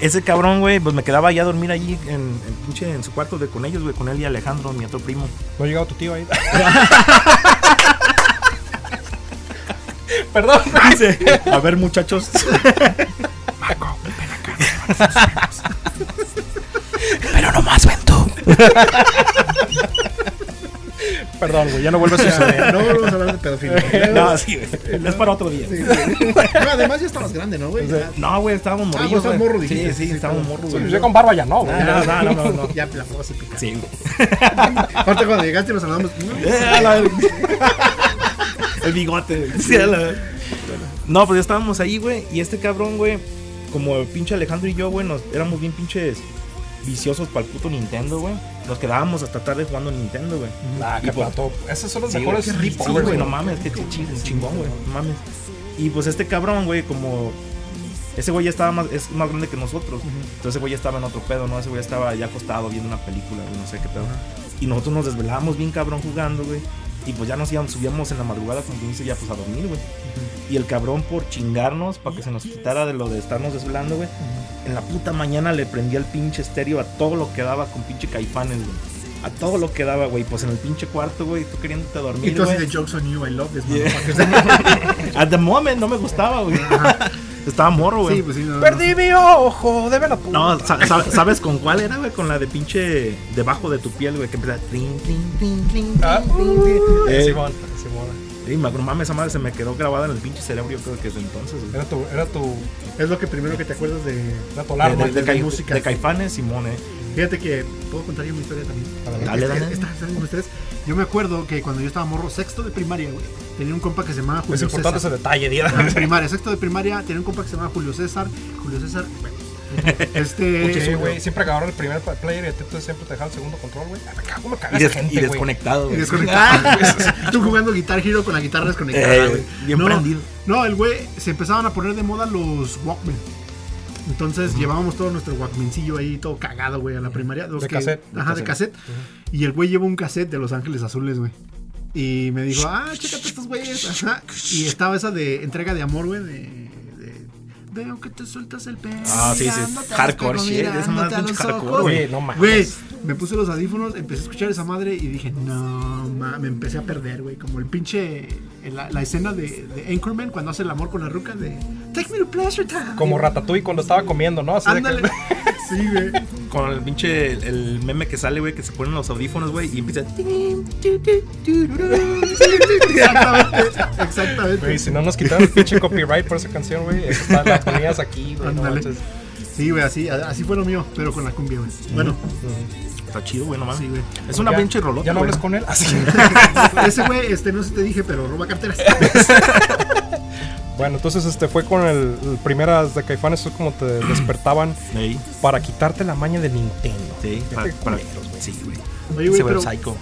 Ese cabrón, güey, pues me quedaba ya a dormir allí en, en pinche en su cuarto de con ellos, güey, con él y Alejandro, mi otro primo. No ha llegado tu tío ahí. *laughs* *laughs* Perdón. *laughs* A ver, muchachos. Pero no más ven tú. Perdón, güey, ya no vuelve a suceder. no volvemos a hablar de *laughs* pedofilia. *laughs* No, sí, güey. Es para otro día. Sí, güey. No, además ya estabas grande, ¿no, güey? Ya, No, güey, estábamos Ah, morrillos. vos estás güey. morro, dijiste. sí, sí, estábamos claro. morros, Sí, güey. Yo con barba ya no, güey. No, no, no, no, no. ya la puedo así picar. Sí, güey. Aparte, cuando llegaste nos hablamos. Eh, *laughs* a la verga. El bigote, güey. Sí, a la verga. No, pues ya estábamos ahí, güey. Y este cabrón, güey, como el pinche Alejandro y yo, güey, nos éramos bien pinches viciosos para el puto Nintendo, güey. Nos quedábamos hasta tarde jugando Nintendo, güey. Nah, Ah, qué Y pues- plato. Esos son los Sí, mejores güey, qué rico, sleepovers, güey. güey, No mames, qué chi- chi- chingón, güey. No mames. Y pues este cabrón, güey, como. Ese güey ya estaba más, es más grande que nosotros. Entonces ese güey ya estaba en otro pedo, ¿no? Ese güey estaba ya acostado viendo una película, güey, no sé qué pedo. Y nosotros nos desvelábamos bien cabrón jugando, güey. Y pues ya nos íbamos, subíamos en la madrugada, como quien dice, ya pues a dormir, güey. Y el cabrón por chingarnos, para que se nos quitara de lo de estarnos desvelando, güey. En la puta mañana le prendía el pinche estéreo a todo lo que daba con pinche caifanes, güey. A todo lo que daba, güey. Pues en el pinche cuarto, güey, tú queriéndote Y dormir, tú así de güey. jokes on you, I love this, Yeah. motherfuckers. *laughs* At the moment no me gustaba, güey. Estaba morro, güey. Sí, pues sí, no, no. Perdí mi ojo, debe la puta. No, sa- sa- ¿sabes con cuál era, güey? Con la de pinche debajo de tu piel, güey, que empezaba. trin, trin, trin, trin, Ah, trin, trin, trin. Eh, Simón, Simón. Sí, me- no mames, esa madre se me quedó grabada en el pinche cerebro, yo creo que desde entonces, güey. Era tu, era tu, Es lo que primero que te acuerdas de. era tu De, alarma. de- de de Caif- música. de Caifanes, Simón, eh. Fíjate que puedo contar yo mi historia también. Adelante. Dale, Esta- dale. esta- esta- con ustedes. Yo me acuerdo que cuando yo estaba morro, sexto de primaria, güey, tenía un compa que se llamaba Julio Pues Es importante César. ese detalle, Diana. Ah, *laughs* primaria, sexto de primaria, tenía un compa que se llamaba Julio César. Julio César, bueno, este. Sí, güey, siempre agarró el primer pa- player y a ti tú siempre te dejaba el segundo control, güey. Ah, Me cago, me Y, cagas des- y gente, güey. desconectado, Y güey. Ah. desconectado. güey. Tú jugando Guitar Hero con la guitarra desconectada, Eh, güey. bien no, prendido. No, el güey se empezaban a poner de moda los Walkman. Entonces llevábamos todo nuestro Walkmancillo ahí, todo cagado, güey, a la primaria. Los De que- cassette. Ajá, de cassette. Y el güey llevó un cassette de Los Ángeles Azules, güey. Y me dijo, ah, chécate estos güeyes. Ajá. Y estaba esa de entrega de amor, güey, de. de- Veo que te sueltas el pelo. Ah, sí, sí. mirándote a los Hardcore ojos, shit, esa madre mirándote a es pinche los hardcore, ojos". Güey, no mames. Güey, Me puse los audífonos, empecé a escuchar esa madre y dije, no, ma, me empecé a perder, güey. Como el pinche. en La, la escena de, de Anchorman cuando hace el amor con la ruca de. Take me to pleasure time. Como Ratatouille cuando estaba comiendo, ¿no? Así de que- Ándale. *laughs* sí, güey. Con el pinche el, el meme que sale, güey, que se ponen los audífonos, güey, y empieza. Exactamente. *laughs* Exactamente. Güey, si no nos quitaron el pinche copyright por esa canción, güey, esa está- la ponías aquí, güey. no Ándale. manches. Sí, güey, así, así fue lo mío, pero con la cumbia, güey. Bueno, Está chido, güey, no Ah. mames. Sí, *laughs* güey. Es una Ya- pinche rolota. Ya no güey. hables con él. Ah, Así. ese güey, este, no sé si te dije, pero roba carteras. *laughs* bueno, entonces este fue con el, el primeras de Caifanes, eso es como te despertaban Ey, para quitarte la maña de Nintendo. Sí, para, para- sí, güey. Oye, güey, Se ve pero- el psycho.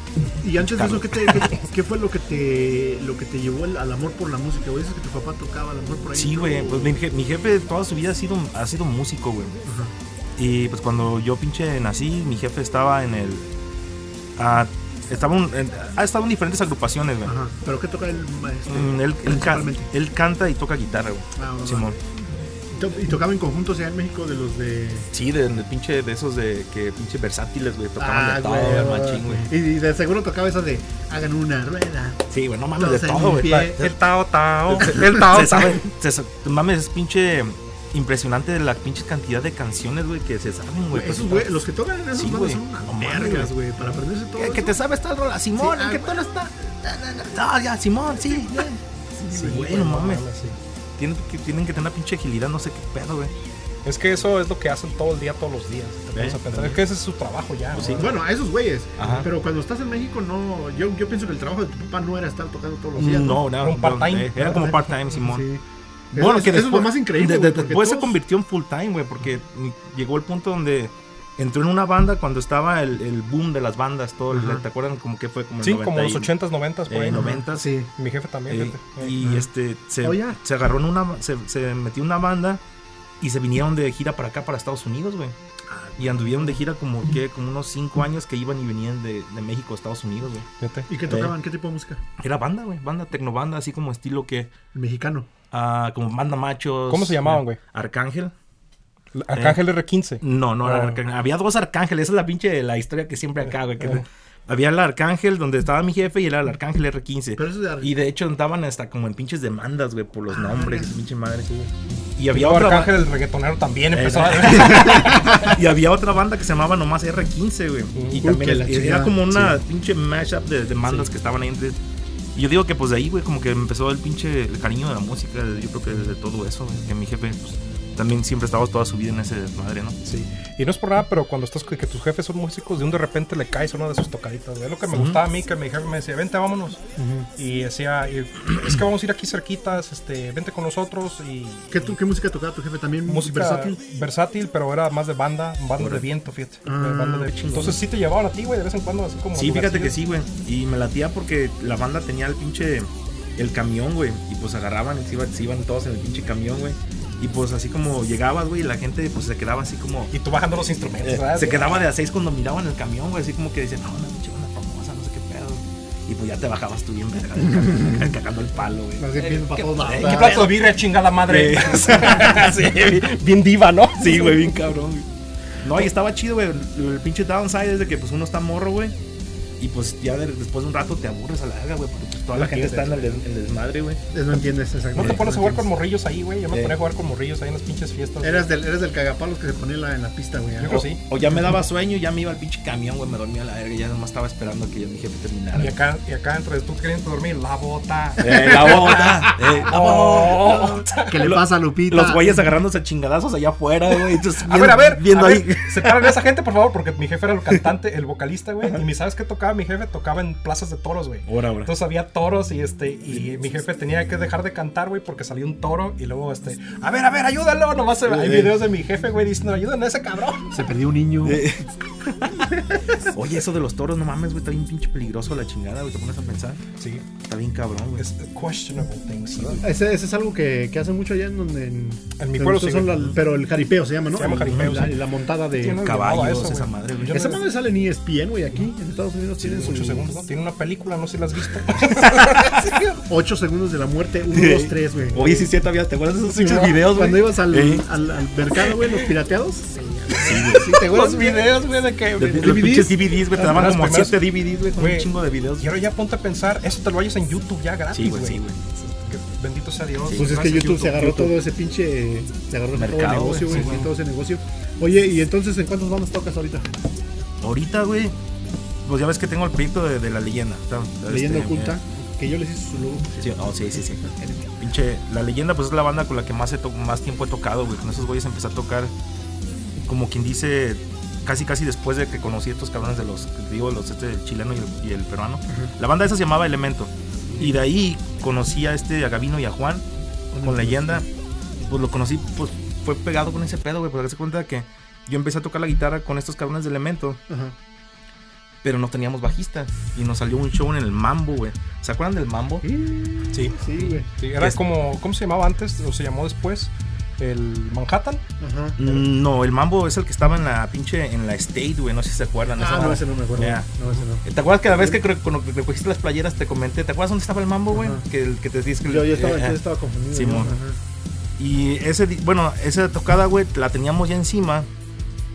Y antes de eso, Carlos. ¿qué, te- qué- qué fue lo que te lo que te llevó al, al amor por la música? güey? Dices que tu papá tocaba el amor por ahí. Sí, güey. Pues mi, je- mi jefe toda su vida ha sido, ha sido músico, güey. Ajá. Y pues cuando yo pinche nací, mi jefe estaba en el. ah, estaba un- en- ha estado en diferentes agrupaciones, güey. Ajá. ¿Pero qué toca el maestro? Mm, él, él can- Principalmente. él canta y toca guitarra, güey. Ah, va, va. Simón. To- Y tocaba en conjuntos allá en México de los de. Sí, de, de pinche de esos de que pinche versátiles, güey. Tocaban de todo, Ah, güey, Ah, güey, machín, güey. Y, y de seguro tocaba esa de hagan una rueda. Sí, güey, no mames, No, de se todo, güey. limpie. El- Tao *laughs* Tao. El Tao. Se sabe, se sa- mames, es pinche impresionante la pinche cantidad de canciones, güey, que se saben, güey. Güey, esos pues, güey, los que tocan en esos Sí, bandas güey. son No unas mames, mergas, güey, para aprenderse todo. Que, que te sabes tal rola, Simón, Sí, ¿en ah, qué güey. tono está? Ah, ya, Simón, sí, güey. Sí, güey, no mames. Tienen que, tienen que tener una pinche agilidad, no sé qué pedo, güey. Es que eso es lo que hacen todo el día, todos los días. Te pones a pensar. Es que ese es su trabajo ya. Pues ¿no? sí. Bueno, a esos güeyes. Ajá. Pero cuando estás en México, no. Yo, yo pienso que el trabajo de tu papá no era estar tocando todos los días. Pues No, no, Era un part-time. eh, Era como part-time, Simón. Sí. Bueno, Eso- que eso es lo después- más increíble. de- de- güey, porque después se todos- convirtió en full time, güey, porque llegó el punto donde entró en una banda cuando estaba el, el boom de las bandas, todo, el- Ajá. ¿te acuerdan? Como que fue como el Sí, 90 como los y- 80s, 90s, por eh, ahí. 90. Sí. Mi jefe también. eh, fíjate. y Ajá. este se, Oh, ya. se agarró en una se, se metió en una banda y se vinieron de gira para acá para Estados Unidos, güey. Y anduvieron de gira como que como unos 5 años que iban y venían de, de México a Estados Unidos, güey. Fíjate. ¿Y qué tocaban? ¿Qué tipo de música? Era banda, güey, banda tecnobanda, así como estilo que El mexicano. ah, como banda machos. ¿Cómo se llamaban, güey? Arcángel. eh, Arcángel R15. No, no era Ah. Arcángel. Había dos Arcángeles. Esa es la pinche la historia que siempre acá, güey. Ah. que- Había el Arcángel donde estaba mi jefe y era el Arcángel R15. Pero eso de Ar- Y de hecho andaban hasta como en pinches demandas, güey, por los Ah, nombres. vergas. Pinche madre, sí, güey. Y Y había, luego otra Eh, Arcángel el reggaetonero también empezó a... *laughs* ba- *laughs* y había otra banda que se llamaba nomás R15, güey. Y Uy, también Uh, que la era chingada, como una pinche mashup de demandas que estaban ahí. entre- Y yo digo que pues de ahí, güey, como que empezó el pinche el cariño de la música. Yo creo que desde todo eso, güey. Que mi jefe, pues, también siempre estaba toda su vida en ese desmadre, ¿no? Sí. Y no es por nada, pero cuando estás que, que tus jefes son músicos, de un de repente le caes a una de sus tocaditas. güey. Es lo que me gustaba a mí, que mi jefe me decía, vente, vámonos. Y decía, y- *clears throat* es que vamos a ir aquí cerquitas, este, vente con nosotros. Y ¿Qué, tu- qué música tocaba tu jefe también? música versátil. versátil. pero era más de banda, banda de viento, fíjate. Ah, De banda de- qué chingón. Entonces sí te llevaban a ti, güey, de vez en cuando, así como. Sí, fíjate que lugarcillos. sí, güey. Y me latía porque la banda tenía el pinche. El camión, güey. Y pues agarraban y se iban, se iban todos en el pinche camión, güey. Y pues así como llegabas, güey, y la gente pues se quedaba así como. Y tú bajando los instrumentos, eh, ¿verdad? se quedaba de a seis cuando miraban el camión, güey. Así como que decían, no, una pinche banda famosa, no sé qué pedo. Y pues ya te bajabas tú bien, verga, *laughs* del camión, acá cagando el palo, güey. Más bien bien para todos lados. Eh, Ah, ¿Qué plato de birria, chingada madre? *laughs* Sí, *laughs* bien- Bien diva, ¿no? Sí, güey, *laughs* bien cabrón. güey. No, y estaba chido, güey. El, el pinche downside es de que pues uno está morro, güey. Y pues ya de- después de un rato te aburres a la verga, güey. Porque pues, toda la gente está en el, des- el desmadre, güey. Eh, No entiendes, exacto. No te Eh, pones a jugar con entiendes. morrillos ahí, güey. Yo me Eh. ponía a jugar con morrillos ahí en las pinches fiestas. Eras del, eras del cagapalos que se ponía en la- en la pista, güey. Yo ¿eh? creo O, sí. o ya me daba sueño y ya me iba al pinche camión, güey. Me dormía a la verga. Ya nomás estaba esperando a que yo mi jefe terminara. Y acá, y acá entre tú queriendo dormir, la bota. *laughs* Eh, la *laughs* bota, eh, la Oh. bota. ¿Qué le Lo- pasa a Lupita? Los güeyes agarrándose a chingadazos allá afuera, güey. Entonces, A ver, a ver, Viendo a *laughs* ahí. ver, separen a esa gente, por favor, porque mi jefe *laughs* era el cantante, el vocalista, güey. Y mi- ¿sabes qué tocaba mi jefe? Tocaba en plazas de toros, güey. Ahora, ahora. Entonces había toros y este y mi jefe tenía que dejar de cantar, güey, porque salió un toro y luego este, a ver, a ver, ayúdalo, nomás se- hay videos de mi jefe, güey, diciendo, ayúdenme a ese cabrón. Se perdió un niño. Eh. Oye, eso de los toros, no mames, güey. Está bien pinche peligroso la chingada, güey. Te pones a pensar. Sí, Está bien cabrón, güey. es questionable things. ¿no? Ese, ese es algo que, que hacen mucho allá en donde. En, En donde mi pueblo ustedes sí, son güey. la- pero el jaripeo se llama, ¿no? Se llama jaripeo, La, sí. la montada de. Tiene un caballos, llamado a eso, esa güey. madre, güey. Yo Esa no- madre sale en E ESPN, güey, aquí en Estados Unidos tienen Ocho su- segundos, ¿no? Tiene una película, no sé si la has *laughs* visto. Ocho segundos de la muerte, uno, dos, tres, güey. Oye, sí, sí, todavía te acuerdas de esos pinches Cuando videos, güey. ibas al, Ey. al, al mercado, güey, los pirateados. Sí, güey. Sí, te güey, los videos, güey, de que. De- de- DVDs. Los pinches DVDs, güey, te Las daban como primeras- 7 DVDs, güey, con Güey. un chingo de videos. Y ahora ya ponte a pensar, eso te lo hayas en YouTube ya gratis, Sí, güey, sí, güey. Que Bendito sea Dios. Pues es que gracias, YouTube, se agarró YouTube. todo ese pinche. Se agarró todo Mercado, el negocio, güey, güey. sí, güey. todo ese negocio. Oye, ¿y entonces en cuántos vamos tocas ahorita? Este, Ahorita, güey, pues ya ves que tengo el proyecto de, de la leyenda. está- está Leyenda este, oculta. Que yo les hice su logo. Sí, oh, sí, sí, sí. Pinche, la leyenda pues es la banda con la que más, he to- más tiempo he tocado, güey. Con esos güeyes empecé a tocar, como quien dice, casi casi después de que conocí a estos cabrones de los, que digo, los este, el chileno y el, y el peruano. La banda esa se llamaba Elemento. Y de ahí conocí a este, a Gabino y a Juan, con leyenda. Pues lo conocí, pues fue pegado con ese pedo, güey. Porque se cuenta que yo empecé a tocar la guitarra con estos cabrones de Elemento Ajá. pero no teníamos bajista. Y nos salió un show en el Mambo, güey. ¿Se acuerdan del Mambo? Sí. Sí, güey. Sí, era Es- como, ¿cómo se llamaba antes? ¿O se llamó después? El Manhattan. Ajá. Mm, No, el Mambo es el que estaba en la pinche, en la State, güey. No sé si se acuerdan. Ah, esa no, madre. ese no me acuerdo. Ya. No, ese no. ¿Te acuerdas que la vez que cre- cuando recogiste las playeras te comenté? ¿Te acuerdas dónde estaba el Mambo, güey? Ajá. Que, el- que te dices que... eh, Yo, yo, estaba, Ajá. yo estaba confundido. ¿no? Simón. Ajá. Y ese, di- bueno, esa tocada, güey, la teníamos ya encima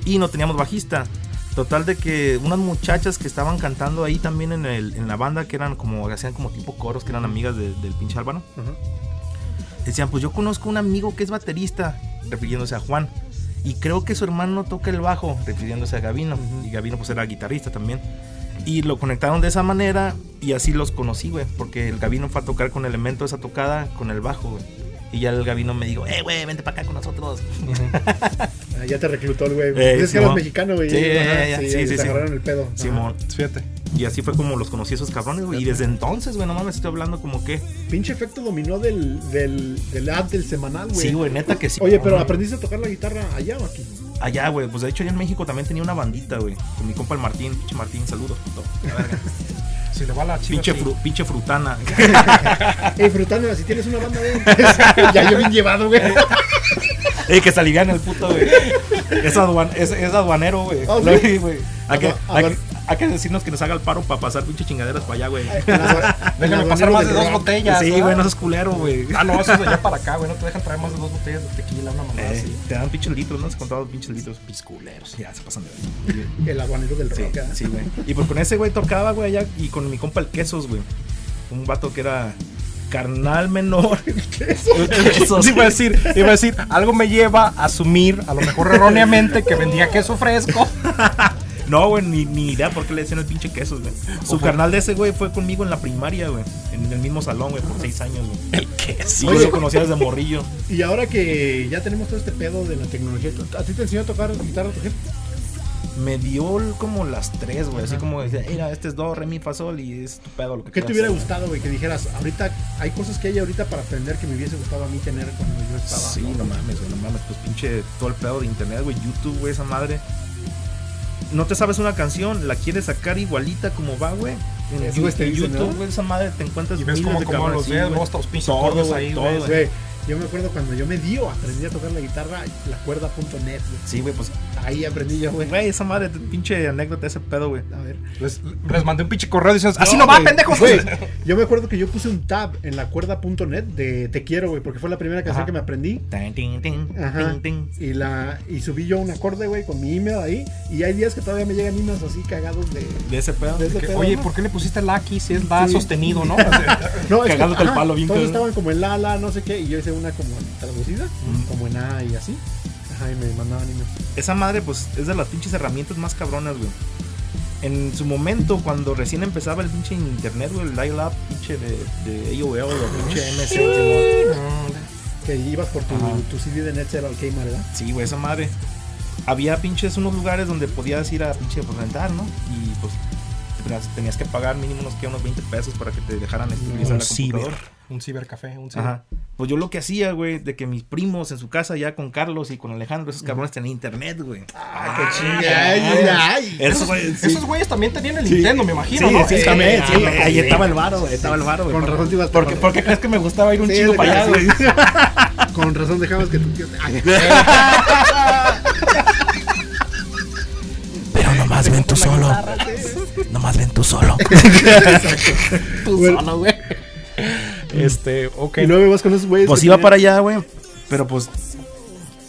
y no teníamos bajista. Total de que unas muchachas que estaban cantando ahí también en, el- en la banda, que eran como, hacían como tipo coros, que eran amigas de- del pinche Álvaro. Ajá. Decían, pues yo conozco un amigo que es baterista, refiriéndose a Juan. Y creo que su hermano toca el bajo, refiriéndose a Gabino. Ujú. Y Gabino pues era guitarrista también. Y lo conectaron de esa manera y así los conocí, güey. Porque el Gabino fue a tocar con elemento esa tocada con el bajo, güey. Y ya el Gabino me dijo, eh, güey, vente para acá con nosotros. Ah, ya te reclutó el güey. Eh, es que eras Simón. mexicano, güey. Sí, Ajá, ya, ya, sí, sí, y sí, te sí. agarraron el pedo. Ajá. Simón. Fíjate. Y así fue como los conocí esos cabrones, güey. Y desde entonces, güey, no mames, estoy hablando como que. Pinche efecto dominó del, del, del app del semanal, güey. Sí, güey, neta que sí. Oye, pero Ajá. aprendiste a tocar la guitarra allá o *laughs* aquí. Allá, güey, pues de hecho allá en México también tenía una bandita, güey. Con mi compa el Martín, pinche Martín, saludos. puto. La verga. Si le va la chica. Pinche, sí. fru- pinche frutana. Ey, Frutana, si tienes una banda, güey. *laughs* ya yo bien llevado, güey. *laughs* Ey, que se aliviana el puto, güey. Es, aduan- es, es aduanero, güey. Ah, *laughs* Lo ¿sí? vi, güey. Hay que, Adua- hay, adua- que- hay que decirnos que nos haga el paro para pasar pinche chingaderas para allá, güey. Déjame pasar más de dos botellas. Sí, ¿verdad? güey, no seas culero, güey. Ah, no, eso es de allá para acá, güey. No te dejan traer más de dos botellas de tequila, una mamada Eh, así. te dan pinches litros, ¿no? Se contaban pinches litros, pinches culeros. Ya, se pasan de ver. El aguanero del Sí, rock. ¿ah? sí, güey. Y pues con ese güey tocaba, güey, allá. Y con mi compa el Quesos, güey. Un vato que era carnal menor. Sí, iba a decir, iba a decir, algo me lleva a asumir, a lo mejor erróneamente, que vendía queso fresco. No, güey, ni, ni idea por qué le decían el pinche quesos, güey. Su Ojo. carnal de ese, güey, fue conmigo en la primaria, güey. En el mismo salón, güey, por seis años, güey. El queso. Oye. yo lo conocía desde morrillo. Y ahora que ya tenemos todo este pedo de la tecnología, ¿tú- ¿a ti te enseñó a tocar guitarra tu jefe? Me dio el- como las tres, güey. Así como decía, mira, este es do, re, mi, fa, sol y es tu pedo lo ¿Qué que quieras te hubiera hacer, gustado, güey? Que dijeras, ahorita hay cosas que hay ahorita para aprender que me hubiese gustado a mí tener cuando yo güey. estaba. Sí, no mames, güey, no mames. Pues pinche todo el pedo de internet, güey. YouTube, güey, esa madre. No te sabes una canción, la quieres sacar igualita como va, güey. En Eso Yu- es triste, YouTube, ¿no? güey, esa madre te encuentras Y ves miles cómo de acomodan cabrones, los sí, dedos, güey. luego hasta los pinches Todo, acordes güey, ahí, todo, güey. güey. Güey, yo me acuerdo cuando yo me dio, aprendí a tocar la guitarra, la cuerda.net, güey. Sí, güey, pues Ahí aprendí yo, güey. Güey, esa madre, pinche anécdota, ese pedo, güey. A ver. Les, les mandé un pinche correo diciendo, así no, No, va, güey, pendejos. *laughs* güey, yo me acuerdo que yo puse un tab en la cuerda.net de Te quiero, güey, porque fue la primera canción Ajá. que me aprendí. Tin, tin, tin, Ajá. tin, tin. Y, la, y subí yo un acorde, güey, con mi email ahí. Y hay días que todavía me llegan emails así cagados de. De ese pedo. de ese Que, pedo, Oye, ¿no? ¿por qué le pusiste la aquí si es la Sí. sostenido, no? O sea, No, es que, cagándote el palo bien Todos cabrón. estaban como en la, la, no sé qué. Y yo hice una como traducida, Ujú. como en A y así. Ajá, y me mandaban emails. Esa madre, pues, es de las pinches herramientas más cabronas, güey. En su momento, cuando recién empezaba el pinche internet, güey, el dial-up, pinche de, de AOL o pinche MSN, güey. Mm, Que ibas por tu, Ajá. tu CD de Netzer al Kmart, ¿verdad? Sí, güey, esa madre. Había pinches unos lugares donde podías ir a pinche pues, rentar, ¿no? Y pues tenías- tenías que pagar mínimo unos, ¿qué? unos 20 pesos para que te dejaran este, utilizar un la ciber. computadora. un cibercafé, un ciber. Ajá. Pues yo lo que hacía, güey, de que mis primos en su casa ya con Carlos y con Alejandro, esos cabrones tenían internet, güey. Ah, qué Esos güeyes, sí. Esos güeyes también tenían el Nintendo, me imagino, ¿no? sí, Sí, también, sí, ah, güey, no, ahí sí. estaba el varo, güey, estaba el varo, güey. Con Por- razón te ibas ¿Por qué, para- por qué crees que me gustaba ir un Sí, chingo de para allá, que- *laughs* güey? Con razón dejabas que tu tío. Ay, Pero nomás ven tú solo. Nomás ven tú solo. güey. Este, ok. Y *laughs* luego ibas con esos güeyes. Pues que iba tenían- para allá, güey, pero pues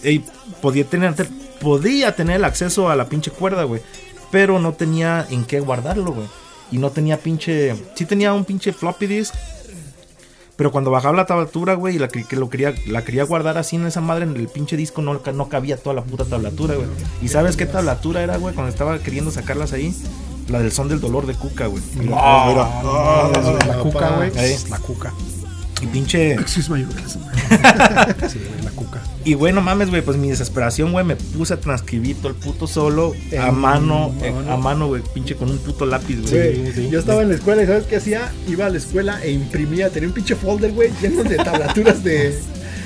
ey, podía tener te- podía tener el acceso a la pinche cuerda, güey. Pero no tenía en qué guardarlo, güey. Y no tenía pinche. Sí tenía un pinche floppy disk. Pero cuando bajaba la tablatura, güey, y la, que- que lo quería, la quería guardar así en esa madre, en el pinche disco no, ca- no cabía toda la puta tablatura, güey. ¿Y sabes qué tablatura era, güey? Cuando estaba queriendo sacarlas ahí. La del son del dolor de Cuca, güey. Ah, mira. la, la cuca, güey. Ahí. La cuca. Y pinche. Excuse my orgasm. Sí, güey, la cuca. Y güey, no mames, güey, pues mi desesperación, güey, me puse a transcribir todo el puto solo a mano, eh, a mano, güey, pinche con un puto lápiz, güey. Güey, sí. Yo estaba en la escuela y ¿sabes qué hacía? Iba a la escuela e imprimía, tenía un pinche folder, güey, lleno de tablaturas de...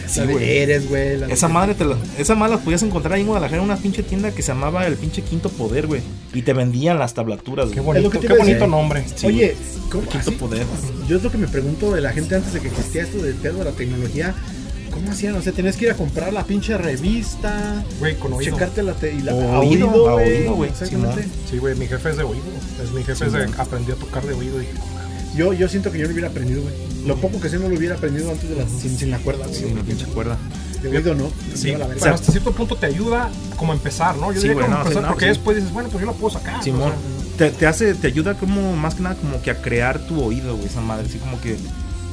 Sí, la de güey. Eres, güey. la de- Esa madre, te la- esa madre la podías encontrar ahí en Guadalajara en una pinche tienda que se llamaba el pinche Quinto Poder, güey. Y te vendían las tablaturas, Qué güey. bonito, lo que te qué iba a bonito decir. nombre. Oye, ¿cómo Quinto así? Poder. Yo es lo que me pregunto de la gente antes de que existía esto del pedo de la tecnología. ¿Cómo hacían? O sea, tenías que ir a comprar la pinche revista, Güey, con oído. checarte la te- y la Oído, a oído, a güey. oído, güey, Exactamente. Simón. Sí, güey, mi jefe es de oído. Es mi jefe es de aprendió a tocar de oído. Y dije, no mames. Yo, yo siento que yo lo hubiera aprendido, güey. Lo poco que sé no lo hubiera aprendido antes de la, sin, sin la cuerda, güey. Sí, una pinche cuerda. De oído, ¿no? Sí, No, la verdad. pero hasta cierto punto te ayuda como a empezar, ¿no? Yo Sí, diría güey, como no, sí, empezar no, porque sí. después dices, bueno, pues yo lo puedo sacar. Simón. o sea, Te, te hace, te ayuda como, más que nada, como que a crear tu oído, güey, esa madre. Así como que.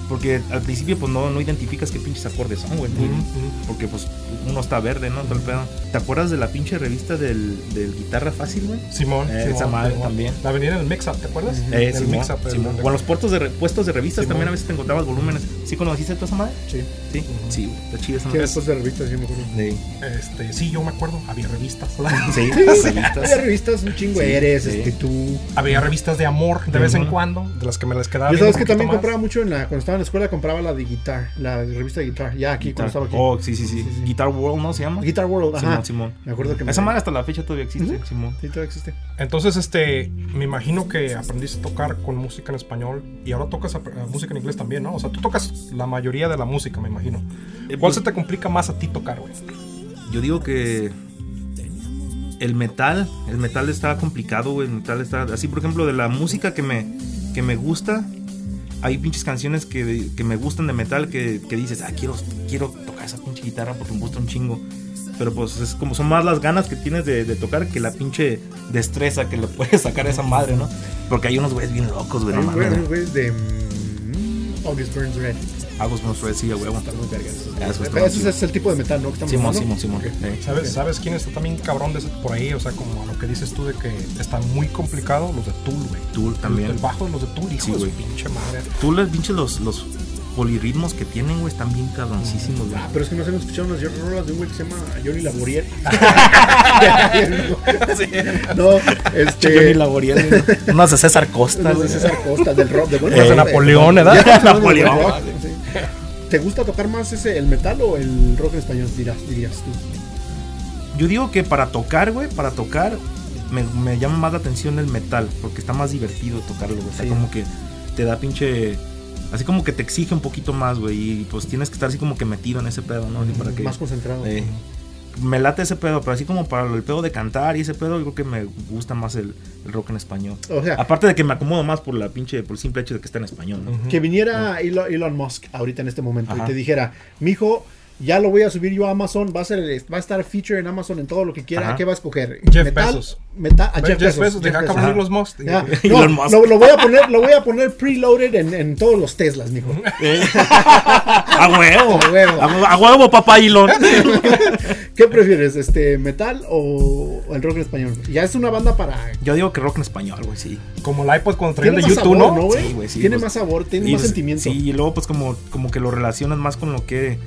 Porque al principio, pues no, no identificas qué pinches acordes son, güey. mm, mm. Porque pues uno está verde, ¿no? Todo el pedo. ¿Te acuerdas de la pinche revista del, del Guitarra Fácil, güey? Simón, Eh, Simón, esa madre Simón. también. La venía en el mix-up, ¿te acuerdas? Eh, el Simón, mix-up. el- Simón. O en los puertos de re- puestos de revistas Simón. también a veces te encontrabas volúmenes. ¿Sí conociste tú esa madre? Sí. Sí. Sí, güey, está chida esa Sí, madre. después de revistas, sí, me acuerdo. Sí, Este, sí, yo me acuerdo, había revistas. *laughs* sí, *laughs* Había revistas. revistas, un chingo Sí, eres, sí. este tú. había revistas de amor de vez en Ujú. cuando, de las que me las quedaba. Yo viendo sabes que un poquito también más. compraba mucho en la, cuando estaba en la escuela, compraba la de guitar, la revista de guitar, ya aquí cuando estaba aquí. Oh, sí, sí, sí, Sí, sí. Guitar World, ¿no se llama? Guitar World, ajá. Simón, Simón. Me acuerdo que me- Esa madre hasta la fecha todavía existe, Ujú. Simón. Sí, todavía existe. Entonces, este, me imagino que aprendiste a tocar con música en español y ahora tocas ap- eh, música en inglés también, ¿no? O sea, tú tocas la mayoría de la música, me imagino. Eh, ¿Cuál pues- se te complica más a ti tocar, güey? Yo digo que el metal, el metal está complicado, güey. El metal está así, por ejemplo, de la música que me, que me gusta. Hay pinches canciones que, que me gustan de metal que, que dices, ah, quiero, quiero tocar esa pinche guitarra porque me gusta un chingo. Pero pues es como son más las ganas que tienes de, de tocar que la pinche destreza que le puedes sacar a esa madre, ¿no? Porque hay unos güeyes bien locos, güey. no Hay un güey- mames. un güey de. mm, August Burns Red. Agus Monstruo, sí, a huevo. Está muy verga. Ah, eso está Pero ese chido. es el tipo de metal, ¿no? Que estamos Simón, hablando. Simón, Simón. Ok. eh. ¿Sabes, ¿Sabes quién está también cabrón de ese- por ahí? O sea, como a lo que dices tú de que están muy complicados los de Tool, güey. Tool también. El bajo de los de Tool, hijo Sí, de su güey. pinche madre. Tú les pinches los, los polirritmos que tienen, güey, están bien cabroncísimos, *laughs* güey. Ah, pero es que no se han escuchado unas rolas de un güey que se llama Johnny Laboriel. no, este. Johnny Laboriel, unas de César Costa, Unas de güey. César Costa, del rock, de Las de Napoleón, ¿verdad? Ya, Napoleón. rock, sí. ¿Te gusta tocar más ese, el metal o el rock en español, dirás, dirías tú? Yo digo que para tocar, güey, para tocar, me, me llama más la atención el metal, porque está más divertido tocarlo, güey. Está Sí. como que te da pinche. Así como que te exige un poquito más, güey. Y pues tienes que estar así como que metido en ese pedo, ¿no? Así para que. Más concentrado. eh, me late ese pedo, pero así como para el pedo de cantar y ese pedo, yo creo que me gusta más el, el rock en español. O sea, Aparte de que me acomodo más por la pinche, por el simple hecho de que está en español, ¿no? que viniera Elon, Elon Musk ahorita en este momento y Ajá. te dijera, mijo, ya lo voy a subir yo a Amazon, va a, ser, va a estar feature en Amazon en todo lo que quiera, Ajá. ¿qué va a escoger? Jeff Bezos. Meta, a Ve, Ah, Jeff, Bezos. Jeff deja Bezos. cabrón 'em los most. Ya, no, *laughs* Elon Musk. lo, lo voy a poner, lo voy a poner preloaded en, en todos los Teslas, mijo. ¿Eh? *laughs* A huevo, A huevo. a huevo, a huevo, *laughs* papá Elon. ¿Qué prefieres, este metal o o el rock en español? Ya es una banda para Yo digo que rock en español, güey, sí. Como la iPod cuando traían de más YouTube, sabor, ¿no? güey? Sí, güey, sí, tiene pues, más sabor, tiene Y más pues, sentimiento. Sí, y luego pues como, como que lo relacionas más con lo que...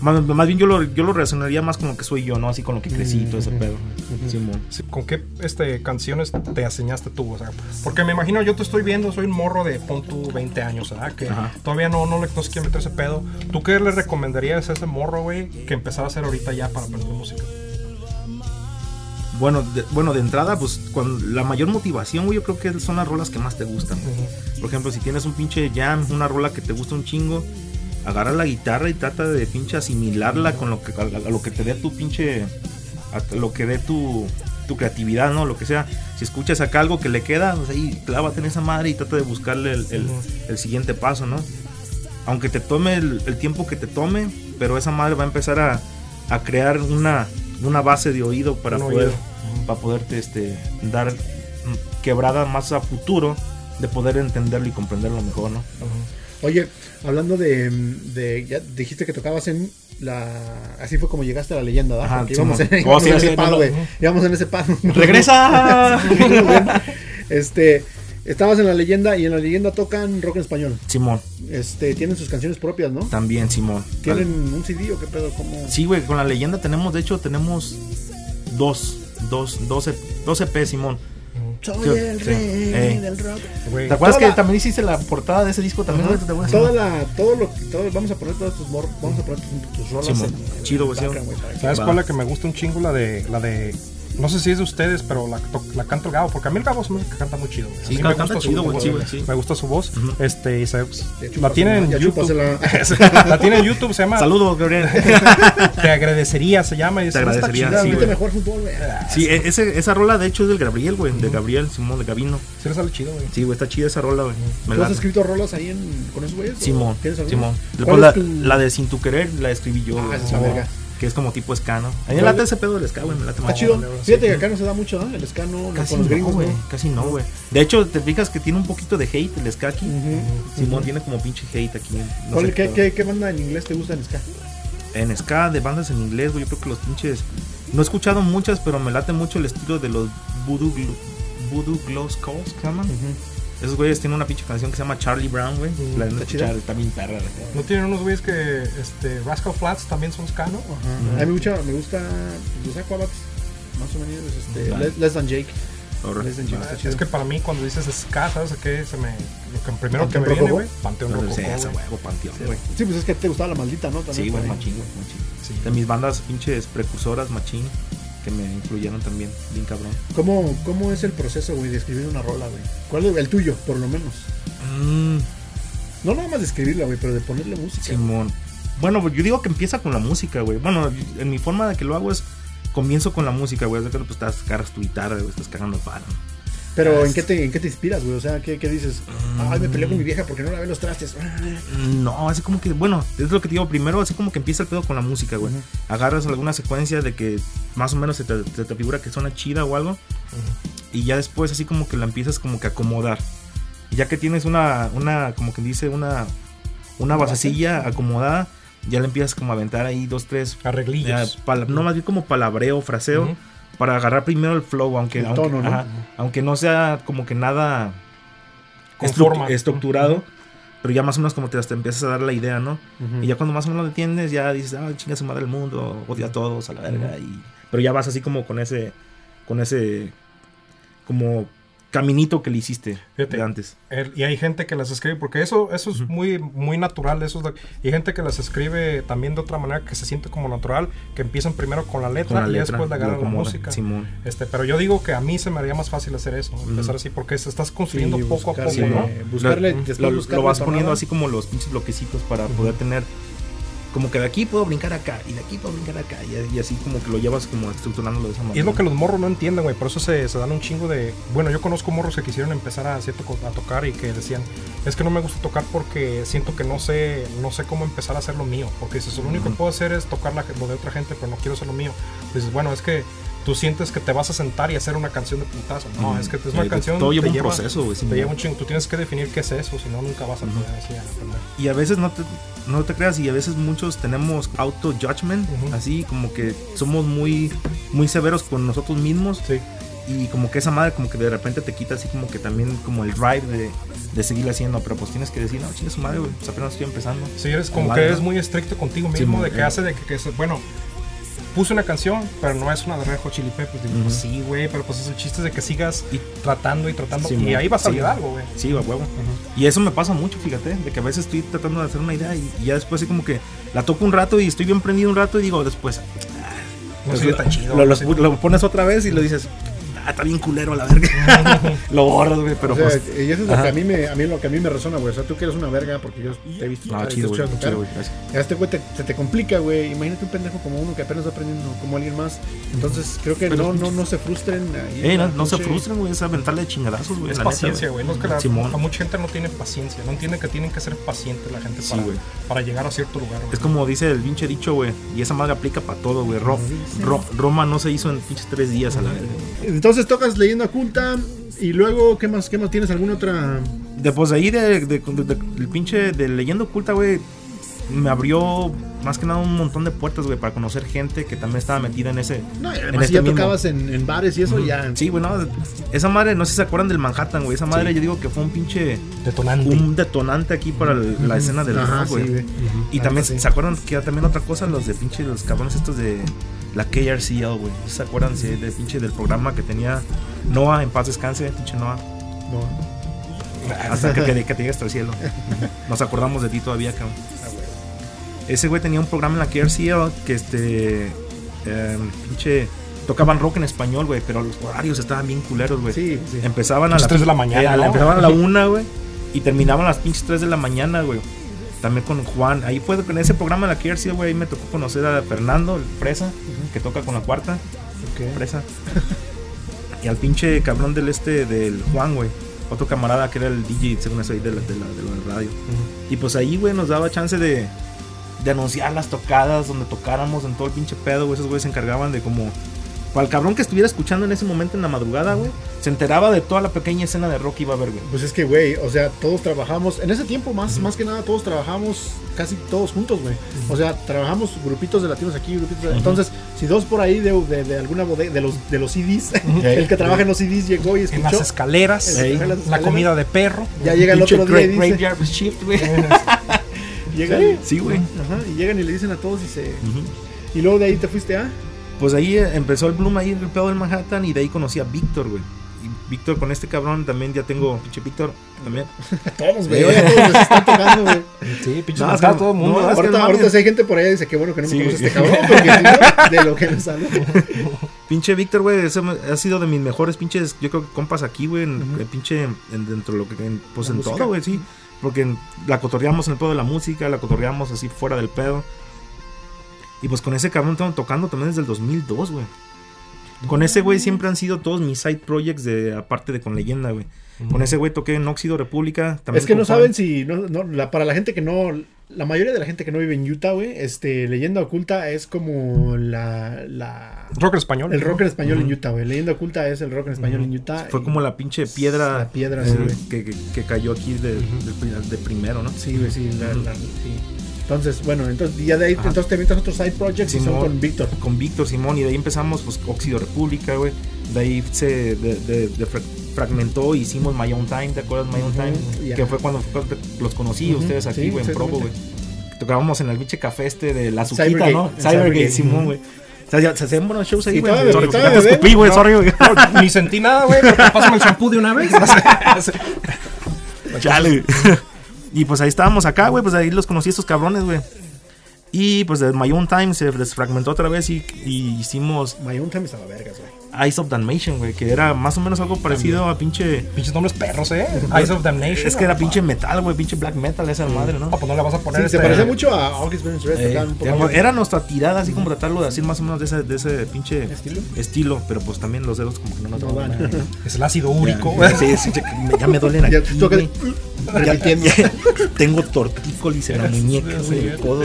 Más, más bien yo lo, yo lo relacionaría más con lo que soy yo, ¿no? Así con lo que crecí y todo ese pedo. Simón. Sí, ¿Con qué este, canciones te enseñaste tú? O sea, porque me imagino, yo te estoy viendo, soy un morro de pon tú 20 años, ¿verdad? Que Ajá. todavía no, no, le, no se quiere meter ese pedo. ¿Tú qué le recomendarías a ese morro, güey, que empezara a hacer ahorita ya para aprender música? Bueno, de, bueno, de entrada, pues cuando, la mayor motivación, güey, yo creo que son las rolas que más te gustan. güey. Por ejemplo, si tienes un pinche jam, una rola que te gusta un chingo, agarra la guitarra y trata de pinche asimilarla con lo que, a, a lo que te dé tu pinche. a lo que dé tu, tu creatividad, ¿no? Lo que sea. Si escuchas acá algo que le queda, pues ahí clávate en esa madre y trata de buscarle el, el- el siguiente paso, ¿no? Aunque te tome el, el tiempo que te tome, pero esa madre va a empezar a, a crear una, una base de oído para Un poder, oído. para poderte este, dar mm, quebrada más a futuro de poder entenderlo y comprenderlo mejor, ¿no? Oye, hablando de, de- Ya dijiste que tocabas en la. Así fue como llegaste a la leyenda, ¿verdad? Ajá, Porque sí, íbamos, no. en, Oh, íbamos sí, en sí, ese no, pad, no. güey. Íbamos en ese pad. *laughs* *laughs* ¡Regresa! este. Estabas en la leyenda y en la leyenda tocan rock en español. Simón, Este, tienen sus canciones propias, ¿no? también Simón. ¿Tienen un CD o qué pedo? ¿Cómo? Sí, güey, con la leyenda tenemos, de hecho, tenemos dos, dos, dos, EP- dos EP, Simón. Soy Sí, el sí. rey Ey. del rock. Güey, ¿Te acuerdas Toda- que también hiciste la portada de ese disco también? güey? ¿Te acuerdas? Toda la, todo lo, que- todo, vamos a poner todas tus mor, vamos a poner tus, tus rolas. Simón. en- en Chido, el güey, sí. background, güey, para que- ¿Sabes Va. cuál es la que me gusta un chingo? La de. La de no sé si es de ustedes, pero la, to- la canta el Gabo, porque a mí el Gabo es un que canta muy chido. güey. A Sí, mí canta gusta su chido, güey, voz, sí, güey, sí. Me gusta su voz. Este, y se- Ya la chúpasela, tienen en ya YouTube. chúpasela. *laughs* *laughs* la tiene en YouTube, se llama Saludos, Gabriel. Te agradecería, se llama. Y Te está agradecería, chida, sí, güey. Ahorita mejor fútbol, güey. Sí, e- ese- esa rola de hecho es del Gabriel, güey. De Gabriel, Simón, de Gabino. Sí le sale chido, güey. Sí, güey, está chida esa rola, güey. Me ¿Tú has late. escrito rolas ahí en, con esos güeyes? o Simón, ¿Tienes alguna? Simón. ¿Cuál Pues es la, tu- la de Sin Tu Querer la escribí yo. Ah, güey. esa es la verga. Que es como tipo escano. A mí me ¿Cuál late es? ese pedo del ska, güey. Me late Está más. chido. vale, vale, Fíjate sí. que acá no se da mucho, ¿no? El ska no, Casi con los gringos, no, güey. güey. Casi no, güey. De hecho, te fijas que tiene un poquito de hate el ska aquí. Ujú. Simón tiene como pinche hate aquí. no ¿Cuál- sé qué, pedo. qué, qué banda en inglés te gusta en ska? En ska de bandas en inglés, güey. Yo creo que los pinches. No he escuchado muchas, pero me late mucho el estilo de los Voodoo, Glo- Voodoo Glow Skulls, que se llaman. Esos güeyes tienen una pinche canción que se llama Charlie Brown, güey. La neta Mm, Está chida. Charlie, está bien perra, güey. ¿No tienen unos güeyes que este, Rascal Flats también son scano? A mí me gusta, me gusta los Aquabats, más o menos, este, Vale. Les- Less Than Jake. Ahora, Les Than Jake está Ah, chido. Es que para mí cuando dices ska, ¿sabes a qué? Se me, lo que primero que ¿Panteón me viene, Rococó? güey. Panteón entonces, Rococó, esa, güey. huevo, panteón, güey. Sí, pues es que te gustaba la maldita, ¿no? También Sí, por güey, ahí. machín, güey, machín. Sí. De mis bandas pinches precursoras, machín, que me incluyeron también, bien cabrón. ¿Cómo, ¿Cómo es el proceso, güey, de escribir una rola, güey? ¿Cuál es el tuyo, por lo menos? Mm, No nada más de escribirla, güey, pero de ponerle música. Simón. Bueno, pues, yo digo que empieza con la música, güey. Bueno, en mi forma de que lo hago es comienzo con la música, güey. Es de que pues, estás cargas tu guitarra, güey, estás cargando para. Pero Ah, ¿en es- qué, te, ¿en qué te inspiras, güey? O sea, ¿qué, qué dices? Ay, me peleé con mi vieja porque no lavé los trastes. Ah. No, así como que, bueno, es lo que te digo primero, así como que empieza el pedo con la música, güey. Agarras alguna secuencia de que más o menos se te, se te figura que suena chida o algo. Y ya después así como que la empiezas como que a acomodar. Y ya que tienes una, una como que dice, una, una basecilla acomodada, ya le empiezas como a aventar ahí dos, tres... ya, Arreglillos. pala- no, más bien como palabreo, fraseo, Ujú. para agarrar primero el flow, aunque, El aunque, tono, ¿no? ajá, aunque no sea como que nada estru- Conforma. estructurado, pero ya más o menos como te, te empiezas a dar la idea, ¿no? Y ya cuando más o menos lo entiendes, ya dices, ah, chinga su madre el mundo, odio a todos, a la verga. y... Pero ya vas así como con ese, con ese, como caminito que le hiciste Fíjate. de antes. El- y hay gente que las escribe, porque eso, eso es muy, muy natural. Eso es de- y hay gente que las escribe también de otra manera que se siente como natural, que empiezan primero con la letra Con la y letra, después le agarran la como música. Simón. Este, pero yo digo que a mí se me haría más fácil hacer eso, ¿no? empezar así, porque se estás construyendo Sí, poco a buscar, poco, sí. ¿no? Eh, buscarle- lo, después lo- lo buscarle vas tonada. poniendo así como los pinches bloquecitos para poder tener como que de aquí puedo brincar acá y de aquí puedo brincar acá y, y así como que lo llevas como estructurándolo de esa manera. Y es lo que los morros no entienden, güey. Por eso se, se dan un chingo de. Bueno, yo conozco morros que quisieron empezar a, cierto, co- a tocar y que decían: Es que no me gusta tocar porque siento que no sé, no sé cómo empezar a hacer lo mío. Porque dices: Lo único que puedo hacer es tocar la- lo de otra gente, pero no quiero hacer lo mío. Dices: Bueno, es que tú sientes que te vas a sentar y hacer una canción de putazo. No, Ujú. es que es Eh, una pues, canción. todo te lleva un proceso, güey, sí, Te lleva no. un chingo. Tú tienes que definir qué es eso, si no, nunca vas a poder "Ah, así a aprender. y a veces no te, no te creas y a veces muchos tenemos auto judgment Ujú. así como que somos muy muy severos con nosotros mismos Sí. y como que esa madre como que de repente te quita así como que también como el drive de, de seguir haciendo pero pues tienes que decir no chinga su madre güey, pues apenas estoy empezando Si eres como Vale. que eres muy estricto contigo Sí, mismo, muy de que bien. hace de que, que es- bueno, puse una canción, pero no es una de Rejo Chili Peppers. Digo, pues sí, güey, pero pues es el chiste de que sigas Y- tratando y tratando. Sí, y muy- ahí va a salir sí. algo, güey. Sí, a huevo. Y eso me pasa mucho, fíjate, de que a veces estoy tratando de hacer una idea y, y ya después así como que la toco un rato y estoy bien prendido un rato y digo después, No pues, sería lo- tan chido. Lo, no lo- sé. lo pones otra vez y lo dices, "Ah, ah, está bien culero a la verga. *laughs* lo borras, güey, pero O sea, pues. y eso es lo que Ajá. a mí me, a mí lo que a mí me resona, güey. O sea, tú que eres una verga porque yo te he visto. No, tocar y chido, te he escuchado güey. Chido, tocar. güey. gracias. Ya este güey te, se te complica, güey. Imagínate un pendejo como uno que apenas va aprendiendo como alguien más. Entonces creo que no, Pero- no, no se frustren. ahí Eh, en la no, no se pinche- frustren, güey, es aventarle de chingadazos, güey. Es la neta, paciencia, güey. No es que la, Simón. la mucha gente no tiene paciencia. No entiende que tienen que ser pacientes la gente Sí, para, güey. para llegar a cierto lugar, güey. Es como dice el pinche dicho, güey. Y esa madre aplica para todo, güey. Ro- Ro- Roma no se hizo en pinches tres días a la verga. Entonces tocas leyenda oculta. Y luego, ¿qué más? ¿Qué más tienes? ¿Alguna otra? De, pues ahí de, de- de- de- del pinche de leyenda oculta, güey, me abrió más que nada un montón de puertas, güey, para conocer gente que también estaba metida en ese. No, y en además, si este ya mismo. tocabas en, en bares y eso, ya. Sí, güey, no, esa madre, no sé si se acuerdan del Manhattan, güey. Esa madre yo digo que fue un pinche. detonante. Un detonante aquí para el- la escena del Ajá, rock, güey. sí, güey. y La también, neta, sí. ¿se acuerdan que también otra cosa? Los de pinche, los cabrones estos de la KRCL, güey. ¿Se acuerdan sí, de pinche del programa que tenía Noah en paz descanse? Pinche Noah. No. Hasta Ah, que, que, que te llegue hasta el cielo. Nos acordamos de ti todavía, cabrón. Ah, Ese güey tenía un programa en la KRCL E que este. em, pinche. Tocaban rock en español, güey, pero los horarios estaban bien culeros, güey. Sí, sí. Empezaban a Pinches las Pues tres de la mañana, ¿no? Empezaban *laughs* a la una, güey. Y terminaban a las pinches 3 de la mañana, güey. También con Juan. Ahí fue en ese programa de la KRCL, E güey. Ahí me tocó conocer a Fernando, el Fresa, que toca con la cuarta ok. presa. Y al pinche cabrón del este, del Juan, güey. Otro camarada que era el DJ, según eso ahí de la, de la, de la radio. Y pues ahí, güey, nos daba chance de, de anunciar las tocadas, donde tocáramos en todo el pinche pedo, güey. Esos güeyes se encargaban de como. Para el cabrón que estuviera escuchando en ese momento en la madrugada, güey, se enteraba de toda la pequeña escena de rock que iba a haber, güey. Pues es que, güey, o sea, todos trabajamos, en ese tiempo más, más que nada, todos trabajamos casi todos juntos, güey. O sea, trabajamos grupitos de latinos aquí, grupitos de... Entonces, si dos por ahí de, de- de alguna bodega, de los, de los CDs, el que trabaja en los CDs llegó y en escuchó, las escaleras, Ey. la comida de perro. ya llega el Pinche otro día y Great dice- Graveyard *laughs* Shift, güey. llegan, Sí, güey. ajá, y llegan y le dicen a todos y se... Ujú. Y luego de ahí te fuiste ah, a... Pues ahí eh, empezó el Bloom ahí en el pedo del Manhattan y de ahí conocí a Víctor, güey. Y Víctor con este cabrón también ya tengo, pinche Víctor, también. Todos, güey, ahora todos les están tocando, güey. Sí, pinches No, es matadas que- todo el mundo. no, ¿verdad? es que Ahorita, mames. ahorita si hay gente por ahí dice, qué bueno que no me Sí, conoce güey. *laughs* este cabrón, porque si no, de lo que me sale. Pinche Víctor, güey, ese me- ha sido de mis mejores pinches, yo creo que compas aquí, güey, en, en pinche, en- dentro de lo que, en- pues en todo, güey, sí. Porque en- la cotorreamos en el pedo de la música, la cotorreamos así fuera del pedo. Y pues con ese cabrón tengo tocando también desde el 2002, güey. Con ese Mm. güey siempre han sido todos mis side projects, de, aparte de con leyenda, güey. Con ese güey toqué en Óxido República. También Es que con no Juan. saben si, no, no, la- para la gente que no, la mayoría de la gente que no vive en Utah, güey, este, Leyenda Oculta es como la, la- Rock en español. el rock en español en Utah, güey. Leyenda Oculta es el rock en español en Utah. Fue y- como la pinche piedra. eh, La piedra, sí, güey. que, que- que cayó aquí de, de- de primero, ¿no? Sí, güey, sí, la- la- sí. Entonces, bueno, entonces, y ya de ahí, Ajá. entonces te invitas otros side projects y son Simón. con Víctor. Con Víctor Simón, y de ahí empezamos, pues, Óxido República, güey. De ahí se de- de- de fra- fragmentó, hicimos My Own Time, ¿te acuerdas? My Own Time, ya. que fue cuando, cuando los conocí Ujú, ustedes aquí, sí, güey, en Provo, güey. exactamente. Tocábamos en el pinche café este de la Suquita, Cybergate, ¿no? en Cybergate, Cybergate, Simón, güey. O sea, ya- se hacían buenos shows ahí, Y güey. todavía- Sorry, todavía ya te bebemos, escupí, güey, sorry, *laughs* güey. No, Ni sentí nada, güey. pero Pásame el champú de una vez. *laughs* Chale. y pues ahí estábamos acá, güey. Pues ahí los conocí estos cabrones, güey. Y pues de My Own Time se desfragmentó otra vez y, y hicimos My Own Time estaba vergas, güey. Eyes of Damnation, güey. Que era más o menos algo parecido a pinche. pinches nombres perros, eh. Eyes of Damnation. Es que era pinche metal, güey. Pinche black metal esa madre, ¿no? Ah, pues no le vas a poner Sí, se este- parece mucho a August Burns Red, Eh, acá un poco digamos, más- era nuestra tirada así como tratarlo de hacer más o menos de ese, de ese pinche ¿Estilo? estilo, pero pues también los dedos como que no nos No daban van. nada, Es el ácido úrico, ¿no? güey. Sí, sí, ya, me- ya me duelen Ya, aquí, toca- güey. *laughs* repitiendo. Ya- *laughs* Tengo tortícolis en la muñeca, güey, en el codo.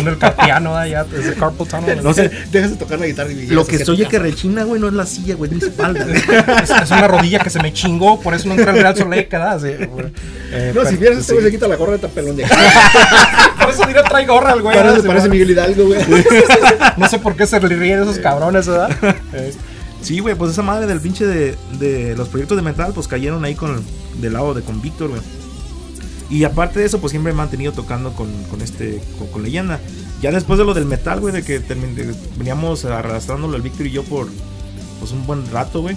Un el carpiano de allá, es el carpal *laughs* tunnel. No sé, Dejas de tocar la guitarra y Lo que soy es que rechina, güey, no es la silla, güey, es mi espalda. güey. Es, es una rodilla que se me chingó, por eso no entré al Real Soleil, ¿verdad? Sí, güey. Eh, No, si pero- pues vieras este güey se quita la gorra de tapelón de Ah, Por eso dirá trae gorra al güey. ¿verdad? Parece, Sí, parece güey. Miguel Hidalgo, güey. *laughs* No sé por qué se le ríen esos cabrones, *laughs* ¿verdad? Eh, Sí, güey, pues esa madre del pinche de, de los proyectos de metal, pues cayeron ahí con del lado de con Víctor, güey. Y aparte de eso, pues siempre me he mantenido tocando con, con este, con, con leyenda. Ya después de lo del metal, güey, de que termin- de- veníamos arrastrándolo el Víctor y yo por pues un buen rato, güey.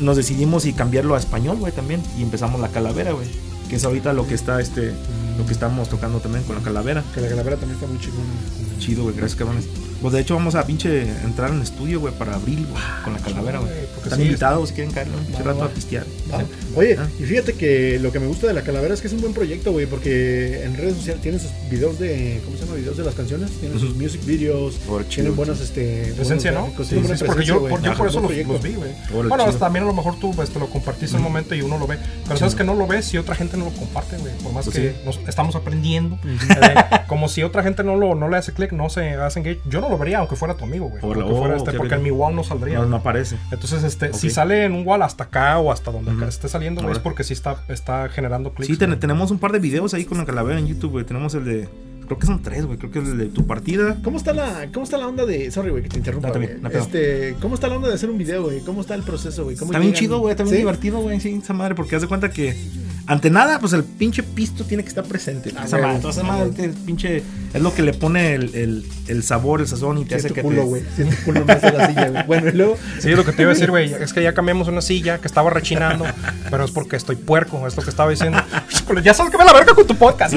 Nos decidimos y cambiarlo a español, güey, también. Y empezamos la calavera, güey. Que es ahorita lo que está este. Lo que estamos tocando también con la calavera. Que la calavera también está muy chingona. Chido, güey, gracias, cabrones. Pues de hecho vamos a pinche entrar en estudio, güey, para abril, güey, Ah, con la calavera, güey. güey, porque Están sí, invitados, si quieren caer, ¿no? Pinche Va, rato va. a pistear. Ah, Oye, y fíjate que lo que me gusta de la calavera es que es un buen proyecto, güey, porque en redes sociales tienen sus videos de, ¿cómo se llama? Videos de las canciones, tienen sus music videos, Por chido, tienen buenas, este, Presencia, buenos ¿no? gráficos, Sí, tienen sí, buena sí, porque presencia, yo, güey. por- yo Ajá, por buen eso los, proyecto. los vi, güey. Órale, Bueno, chido. también a lo mejor tú pues, te lo compartiste en un momento y uno lo ve. Pero sabes que no lo ves si otra gente no lo comparte, güey. Por más Pues que sí. nos estamos aprendiendo. eh, como si otra gente no, lo, no le hace clic, no se hace engage. Yo no lo vería, aunque fuera tu amigo, güey. Órale, Aunque fuera oh, este, qué porque en mi rico. wall no saldría. No, güey. no aparece. Entonces, este, si Ok. sale en un wall hasta acá o hasta donde acá esté saliendo, güey, es Ahora. porque sí está, está generando clics. Sí, ten- güey. tenemos un par de videos ahí con la calavera en YouTube, güey. Tenemos el de. Creo que son tres, güey. Creo que el de tu partida. ¿Cómo está la, cómo está la onda de, sorry, güey, que te interrumpa, No, está güey. bien, no hay pedo. este, cómo está la onda de hacer un video, güey? ¿Cómo está el proceso, güey? ¿Cómo Está bien llegan? chido, güey. Está bien ¿Sí? divertido, güey. Sí, esa madre. Porque haz de cuenta que. Ante nada, pues el pinche pisto tiene que estar presente. Ah, esa güey. madre. Entonces, esa madre es pinche. Es lo que le pone el, el- el sabor, el sazón y te hace Siento que culo, te. güey. Siento culo más de la silla, güey. Bueno, y luego, Sí, lo que te iba a decir, güey, es que ya cambiamos una silla que estaba rechinando, pero es porque estoy puerco, es lo que estaba diciendo. Híjole, ya sálgame la verga con tu podcast.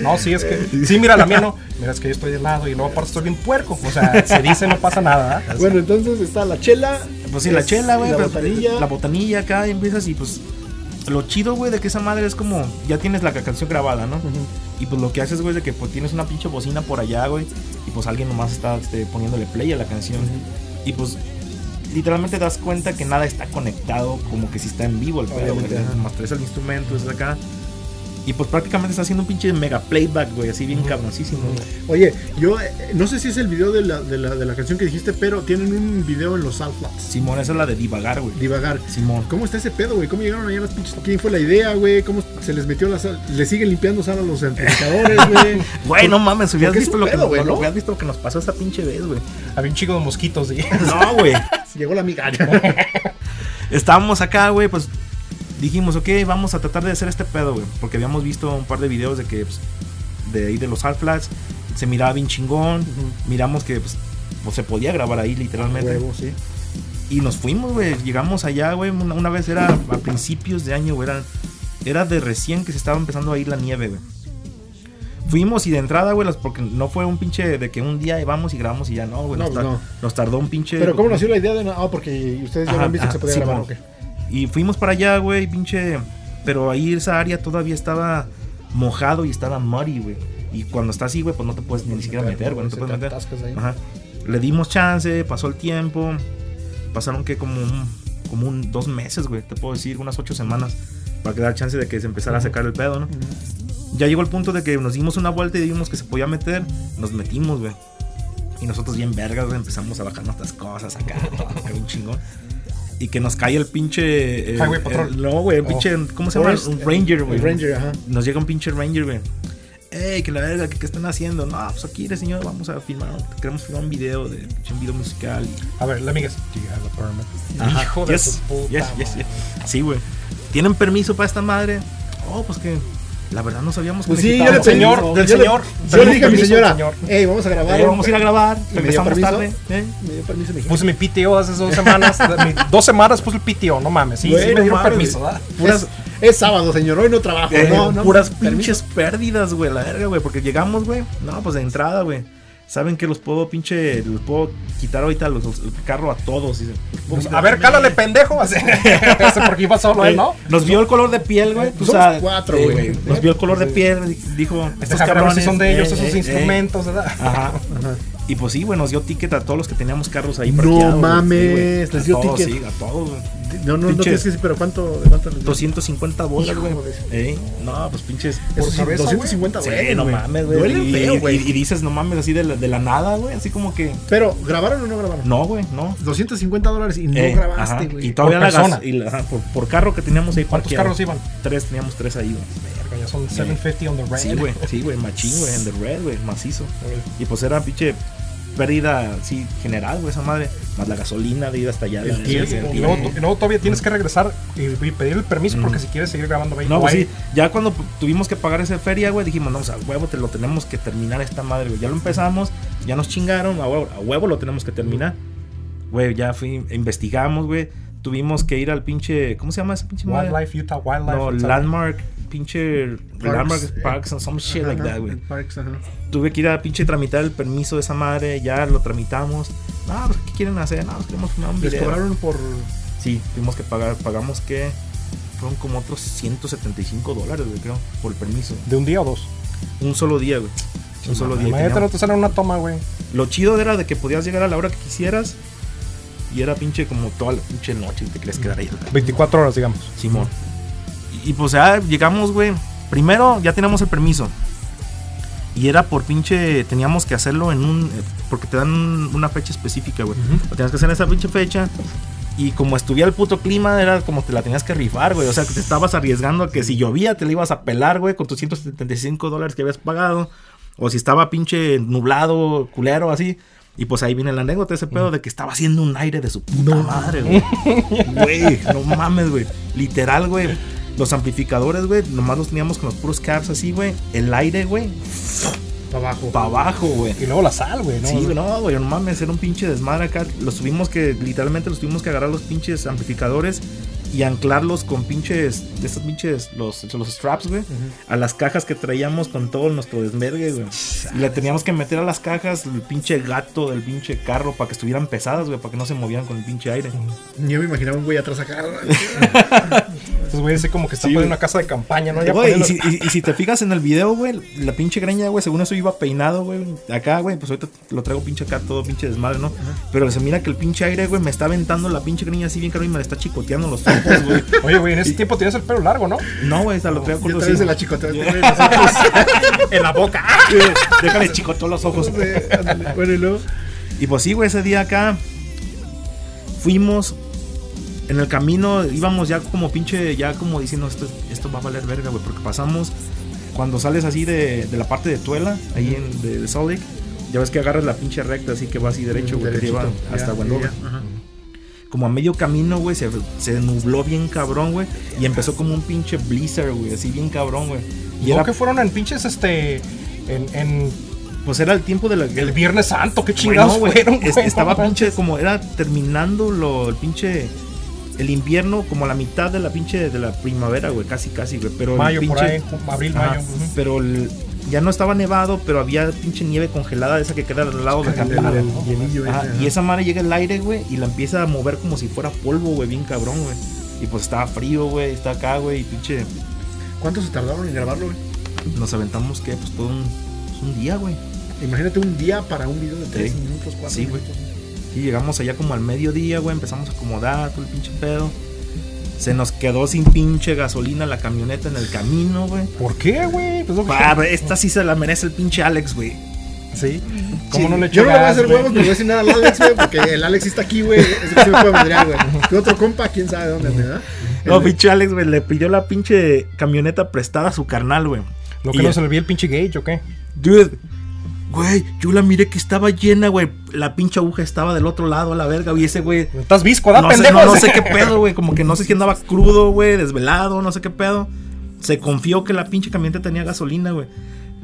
No, sí, es que. Sí, mira, la mía no. Mira, es que yo estoy de lado y luego aparte estoy bien puerco. O sea, se dice, no pasa nada. ¿ah? ¿verdad? bueno, entonces está la chela. Pues sí, la es- chela, güey. La pero- botanilla. La botanilla acá y empiezas y pues. Lo chido, güey, de que esa madre es como. Ya tienes la ca- canción grabada, ¿no? Y pues lo que haces, güey, es de que pues, tienes una pinche bocina por allá, güey. Y pues alguien nomás está este, poniéndole play a la canción. Y pues. Literalmente das cuenta que nada está conectado, como que si está en vivo el pedo, güey. Obviamente, ajá. Más traes el instrumento, es acá. Y pues prácticamente está haciendo un pinche mega playback, güey, así bien cabroncísimo, güey. Oye, yo eh, no sé si es el video de la, de, la, de la canción que dijiste, pero tienen un video en los Salt Flats. Simón, esa es la de divagar, güey. Divagar. Simón. ¿Cómo está ese pedo, güey? ¿Cómo llegaron allá las pinches? ¿Quién fue la idea, güey? ¿Cómo se les metió la sal? ¿Le siguen limpiando sal a los *laughs* amplificadores, güey? Güey, no mames, hubieras Porque es visto, un lo que, pedo, güey, no, ¿no? hubieras visto lo que nos pasó esta pinche vez, güey. Había un chico de mosquitos. Y... *laughs* No, güey. *laughs* Llegó la amiga. *laughs* Estábamos acá, güey, pues dijimos, ok, vamos a tratar de hacer este pedo, güey. Porque habíamos visto un par de videos de que, pues, de ahí de los Hard Flats, se miraba bien chingón. Miramos que, pues, pues, se podía grabar ahí, literalmente. Huevo, sí. Y nos fuimos, güey. Llegamos allá, güey. Una, una vez era a principios de año, güey. Era, era de recién que se estaba empezando a ir la nieve, güey. Fuimos y de entrada, güey, las- porque no fue un pinche de que un día vamos y grabamos y ya no, güey. No, nos, pues tar- no. nos tardó un pinche. Pero ¿cómo nació la idea de.? no- Ah, porque ustedes ya Ajá, lo han visto que ajá, se podía sí, grabar, mo. ok. Y fuimos para allá, güey, pinche. Pero ahí esa área todavía estaba mojado y estaba muddy, güey. Y cuando está así, güey, pues no te puedes ni siquiera meter, güey. No te Se puedes meter. atascas ahí. Ajá. Le dimos chance, pasó el tiempo. Pasaron que como un, como un dos meses, güey, te puedo decir, unas ocho semanas. Para que dar chance de que se empezara a sacar el pedo, ¿no? Ya llegó el punto de que nos dimos una vuelta y vimos que se podía meter. Nos metimos, güey. Y nosotros bien vergas, güey, empezamos a bajar nuestras cosas acá, *laughs* todo acá, bien chingón. Y que nos cae el pinche... eh, Highway el- Patrol. no, güey, el pinche... ¿Cómo se llama? Forest, Un ranger, güey. El Pues Ranger, ajá. Nos llega un pinche ranger, güey. Ey, que la verga, ¿qué, qué están haciendo? No, pues aquí, eres, señor, vamos a filmar. Queremos filmar un video de pinche un video musical. y- A ver, la amiga es. "Do you have a permit?" Ajá. Hijo de Yes, su puta. yes, yes, yes. Sí, güey. ¿Tienen permiso para esta madre? Oh, pues que la verdad no sabíamos que Pues sí, yo necesitábamos le pedí- señor, yo del le- señor. Yo le dije a mi Permiso, señora, señor. hey, vamos a grabar. Eh, vamos a ir a grabar, ¿Y me dio regresamos permiso? tarde. ¿eh? Me dio permiso, mi jefe. Puse mi PTO hace dos semanas. mi- dos semanas puse el PTO, no mames. Sí, Güey, sí no me dieron mames. permiso, ¿ah? ¿verdad? Es, es sábado, señor, hoy no trabajo. Eh, no, no, puras permiso. pinches pérdidas, güey, la verga, güey. Porque llegamos, güey. No, pues de entrada, güey. Saben que los puedo, pinche, los puedo quitar ahorita los, los- el carro a todos. dicen. Los puedo Pues, quitar. a ver, cálale, pendejo. *laughs* Así, Ese porque iba solo él, ¿no? Nos vio el color de piel, güey. pues, tú somos sabes. cuatro, Sí, güey. eh, Nos vio el color de piel. Dijo, Estos cabrones Este, sí son de ellos, eh, esos eh, eh". instrumentos, ¿verdad? Ajá. Y pues sí, güey, nos dio ticket a todos los que teníamos carros ahí No parqueados, güey. mames, güey. les A dio todos, ticket. Sí, a todos, güey. No, no, no Pinches. tienes que decir, pero ¿cuánto? de cuánto les dio? 250 bolas, Hijo güey. de su- Ey, No, pues pinches. Eso sí, cabeza, 250, Sí, güey. no güey. mames, güey. Duele Y, feo, güey. y- y dices, no mames, así de la, de la nada, güey. Así como que. Pero, ¿grabaron o no grabaron? No, güey, no. 250 dólares y no Eh, ajá. grabaste, Y güey. todavía Por la gas- persona. y la- ajá, por, por carro que teníamos ahí ¿Cuántos parqueado. carros iban? Tres, teníamos tres ahí, güey. Verga, Ya son 750 on the red. Sí, güey, sí, güey, machín, güey, en the red, güey, macizo. Y pues era pinche pérdida, sí, general, güey, esa madre. Más la gasolina de ir hasta allá. El la verga, tiempo. el Y luego, tiempo. y luego todavía tienes que regresar y, y pedir el permiso porque si quieres seguir grabando ahí. Mm. No, o pues ahí. sí, ya cuando p- tuvimos que pagar esa feria, güey, dijimos, no, o sea, a huevo, te lo tenemos que terminar esta madre, güey. Ya lo empezamos, ya nos chingaron, a huevo, a huevo lo tenemos que terminar. Güey, ya fui, investigamos, güey. Tuvimos que ir al pinche, ¿cómo se llama ese pinche madre? Wildlife, eh. Utah Wildlife. No, Utah. Landmark. pinche Landmark Parks and some shit like that, güey. Tuve que ir a pinche tramitar el permiso de esa madre, ya lo tramitamos. No, pues ¿qué quieren hacer? No, pues, queremos filmar un Les video. cobraron por. Sí, tuvimos que pagar, pagamos que fueron como otros 175 dólares, güey, creo, por el permiso. ¿De un día o dos? Un solo día, güey. Un solo día. Imagínate, no Teníamos- te sale una toma, güey. Lo chido era de que podías llegar a la hora que quisieras y era pinche como toda la pinche noche y te querías quedar ahí. 24 horas, digamos. Simón. Y, y, pues ya llegamos, güey. Primero ya teníamos el permiso. Y era por pinche. Teníamos que hacerlo en un. eh, Porque te dan un- una fecha específica, güey. Lo tenías que hacer en esa pinche fecha. Y como estuviera el puto clima, era como te la tenías que rifar, güey. O sea, que te estabas arriesgando a que si llovía te la ibas a pelar, güey, con tus 175 dólares que habías pagado. O si estaba pinche nublado, culero, así. Y pues ahí viene la anécdota, ese pedo de que estaba haciendo un aire de su puta madre, güey. Güey, no mames, güey. Literal, güey. Los amplificadores, güey, nomás los teníamos con los puros caps así, güey. El aire, güey, Para abajo. para abajo, güey. Y luego la sal, güey, ¿no? Sí, güey, no, güey, no mames, era un pinche desmadre acá. Los tuvimos que, literalmente, los tuvimos que agarrar los pinches amplificadores y anclarlos con pinches, de estos pinches, los, los straps, güey, a las cajas que traíamos con todo nuestro desmergue, güey. Y le teníamos que meter a las cajas el pinche gato del pinche carro para que estuvieran pesadas, güey, para que no se movieran con el pinche aire. Yo me imaginaba un güey atrás acá. *laughs* Entonces, güey, así como que están Sí, poniendo güey. una casa de campaña, ¿no? Ya Güey, y, poniendo- si, y- y si te fijas en el video, güey, la pinche greña, güey, según eso iba peinado, güey. Acá, güey, pues ahorita lo traigo pinche acá, todo pinche desmadre, ¿no? Pero se mira que el pinche aire, güey, me está aventando la pinche greña así bien caro y me la está chicoteando los ojos, *laughs* güey. Oye, güey, en ese tiempo tienes el pelo largo, ¿no? No, güey, hasta lo traigo Yo con otra vez de la chicotea. este güey, los ojos, *laughs* en la boca. Ah, Déjale chicoteó *laughs* los ojos. güey, ándale. Bueno, y luego. Y pues sí, güey, ese día acá fuimos. En el camino íbamos ya como pinche, ya como diciendo esto, esto va a valer verga, güey, porque pasamos cuando sales así de, de la parte de Tuela, ahí en de, de Salt Lake, ya ves que agarras la pinche recta, así que vas así derecho, güey, te Derechito, lleva ya, hasta Guadalupe. ya, ajá. Como a medio camino, güey, se, se nubló bien cabrón, güey, y empezó como un pinche blizzard, güey, así bien cabrón, güey. Y Y era, que fueron en pinches, este. En, en pues era el tiempo de la, el Viernes Santo, qué Güey, no, chingados güey. fueron, Es- güey, estaba no manches. pinche como era terminando lo, el pinche el invierno como a la mitad de la pinche de la primavera, güey, casi casi, güey, pero el Mayo por pinche- Ah, ahí, ju- abril, Ajá, mayo. ujú. pero el- ya no estaba nevado, pero había pinche nieve congelada esa que queda al lado de la El- campana. el hielillo Ajá, ese, ajá. y esa madre llega al aire, güey, y la empieza a mover como si fuera polvo, güey, bien cabrón, güey. Y pues estaba frío, güey, está acá, güey, y pinche ¿Cuánto se tardaron en grabarlo, güey? nos aventamos que pues todo un, pues, un día, güey. Imagínate un día para un video de 3 Sí. minutos, 4 Sí, güey. minutos. Y llegamos allá como al mediodía, güey. Empezamos a acomodar todo el pinche pedo. Se nos quedó sin pinche gasolina la camioneta en el camino, güey. ¿Por qué, güey? Pues, lo que- Ah, esta sí se la merece el pinche Alex, güey. Sí. ¿Cómo no le echó Yo no le voy a gas, hacer güey? huevos, ni le voy a decir nada al Alex, güey, porque el Alex sí está aquí, güey. Es que se me puede madrear, güey. Tu otro compa, quién sabe dónde, ¿verdad? No, pinche Alex, güey, le pidió la pinche camioneta prestada a su carnal, güey. Lo que Y no ya. se le vio el pinche gauge, ¿o qué? Dude, güey, yo la miré que estaba llena, güey. La pinche aguja estaba del otro lado a la verga, güey. Ese güey Estás visco, ¿verdad, no, sé, pendejo? no, no sé qué pedo, güey. Como que no sé si andaba crudo, güey, desvelado, no sé qué pedo. Se confió que la pinche camioneta tenía gasolina, güey.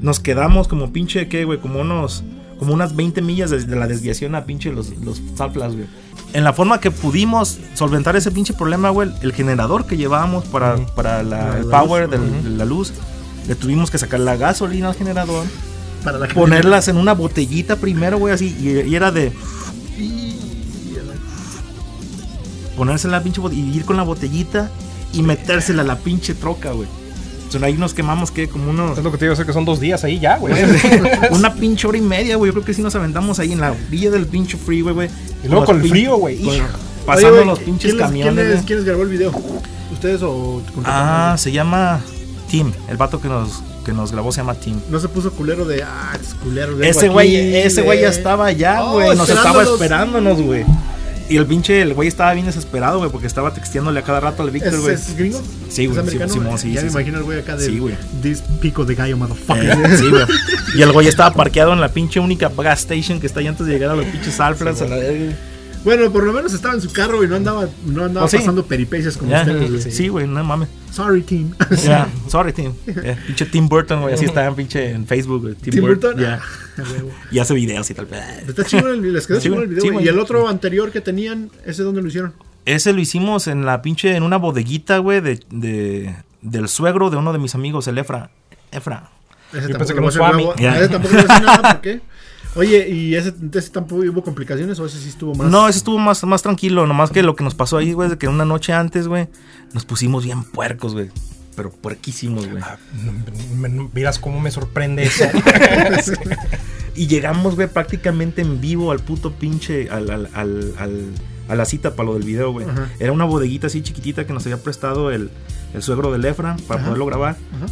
Nos quedamos como pinche, ¿qué, güey? Como unos. Como unas 20 millas desde la desviación a pinche los, los Zaplas, güey. En la forma que pudimos solventar ese pinche problema, güey, el generador que llevábamos para, para la- el power del- de la luz, le tuvimos que sacar la gasolina al generador, Para la ponerlas en una botellita primero, güey, así, y- y era de. ponerse la pinche bot- y ir con la botellita y metérsela a la pinche troca, güey. Entonces ahí nos quemamos que como *laughs* unos Es lo que te iba a decir, que son dos días ahí ya, güey. una pinche hora y media, güey. Yo creo que sí nos aventamos ahí en la orilla del pinche freeway, güey. Y luego con el los pin- frío, güey. con- Hijo. Pasando Oye, güey, los pinches ¿quién les- ¿quién camiones. les, güey. quién les grabó el video? ¿Ustedes o Ah, se llama Tim. El vato que nos, que nos grabó se llama Tim. No se puso culero de. Ah, es culero. vengo Ese aquí, güey, ese güey ya güey. estaba allá, Oh, güey. Nos estaba esperándonos. esperándonos, güey. Y el pinche, el güey estaba bien desesperado, güey, porque estaba texteándole a cada rato al ¿Es, Víctor, güey. es gringo? Sí, ¿Es güey, sí, americano? Simón, sí, Ya sí, me sí. imagino el güey acá de. Sí, güey. This pico de gallo, motherfucker. *laughs* Eh, sí, güey. Y el güey estaba parqueado en la pinche única gas station que está ahí antes de llegar a los pinches Alfreds. a la verga. Bueno, por lo menos estaba en su carro y no andaba, no andaba Oh, sí. pasando peripecias como Ya, ustedes. güey. Sí, güey, no mames. Sorry, *laughs* team. Ya, Sorry, Tim. Ya, Pinche Tim Burton, güey. Así está en pinche en Facebook, güey. Tim, Tim Bur- Burton. Ya. Ah, a huevo. Y hace videos y tal. Está chingón el, les quedó Sí, chingón el güey, video. sí, güey. güey. y el otro anterior que tenían, ¿ese dónde lo hicieron? Ese lo hicimos en la pinche, en una bodeguita, güey, de, de, del suegro de uno de mis amigos, el Efra. Efra. Ese Yo tampoco pensé que le voy a no hacer fue a mí. huevo. Ya. Ese tampoco le voy a hacer nada, ¿por *laughs* qué? Oye, ¿y ese, ese tampoco hubo complicaciones o ese sí estuvo más? No, ese estuvo más, más tranquilo. Nomás que lo que nos pasó ahí, güey, es de que una noche antes, güey, nos pusimos bien puercos, güey. Pero puerquísimos, güey. Ah, me- me- Miras cómo me sorprende *laughs* eso. Y llegamos, güey, prácticamente en vivo al puto pinche. Al, al- al- al- a la cita para lo del video, güey. Ajá. Era una bodeguita así chiquitita que nos había prestado el, el suegro del Efra para Ajá. poderlo grabar. Ajá.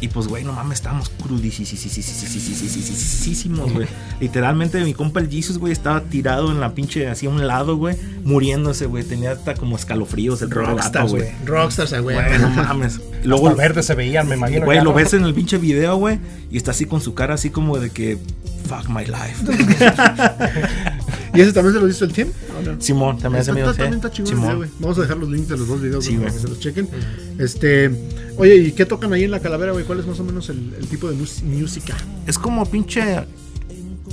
Y pues, güey, no mames, estábamos crudísimos, güey. Literalmente, mi compa el Jesus, güey, estaba tirado en la pinche, así a un lado, güey, muriéndose, güey. Tenía hasta como escalofríos el puto gato, Rockstars, güey. güey. Rockstars, a huevo. Güey, no mames. Luego Luego, verde se veían, me imagino. güey, ya, lo ¿no? ves en el pinche video, güey, y está así con su cara así como de que, fuck my *laughs* life. ¿Y ese también se lo hizo el team? Simón, también hace Está- amigos, está- también eh. está chingón el video, Simón. güey. Vamos a dejar los links de los dos videos Sí, güey, para güey. que se los chequen. Este, oye, ¿y qué tocan ahí en la calavera, güey? ¿Cuál es más o menos el, el tipo de mus- música? Es como pinche.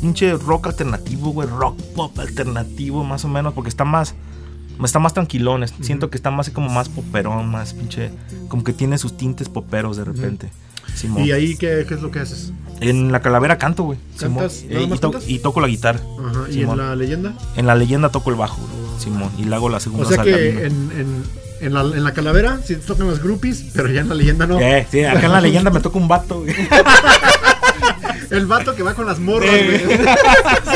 Pinche rock alternativo, güey. Rock pop alternativo, más o menos. Porque está más. Está más tranquilón. es- Siento que está más como más poperón, más pinche. Como que tiene sus tintes poperos de repente. Simón. ¿Y ahí qué, qué es lo que haces? En la calavera canto, güey. Simón. ¿Cantas? Eh, ¿Nada Y, más to- cantas? y toco la guitarra. Ajá, ¿Y en Simón. la leyenda? En la leyenda toco el bajo, güey, Simón. Y le hago la segunda O sea que saltarina. en, en, en la, en la calavera sí te tocan los groupies, pero ya en la leyenda no. Eh, sí, acá en la leyenda me toca un vato, güey. El vato que va con las morras, Sí. güey.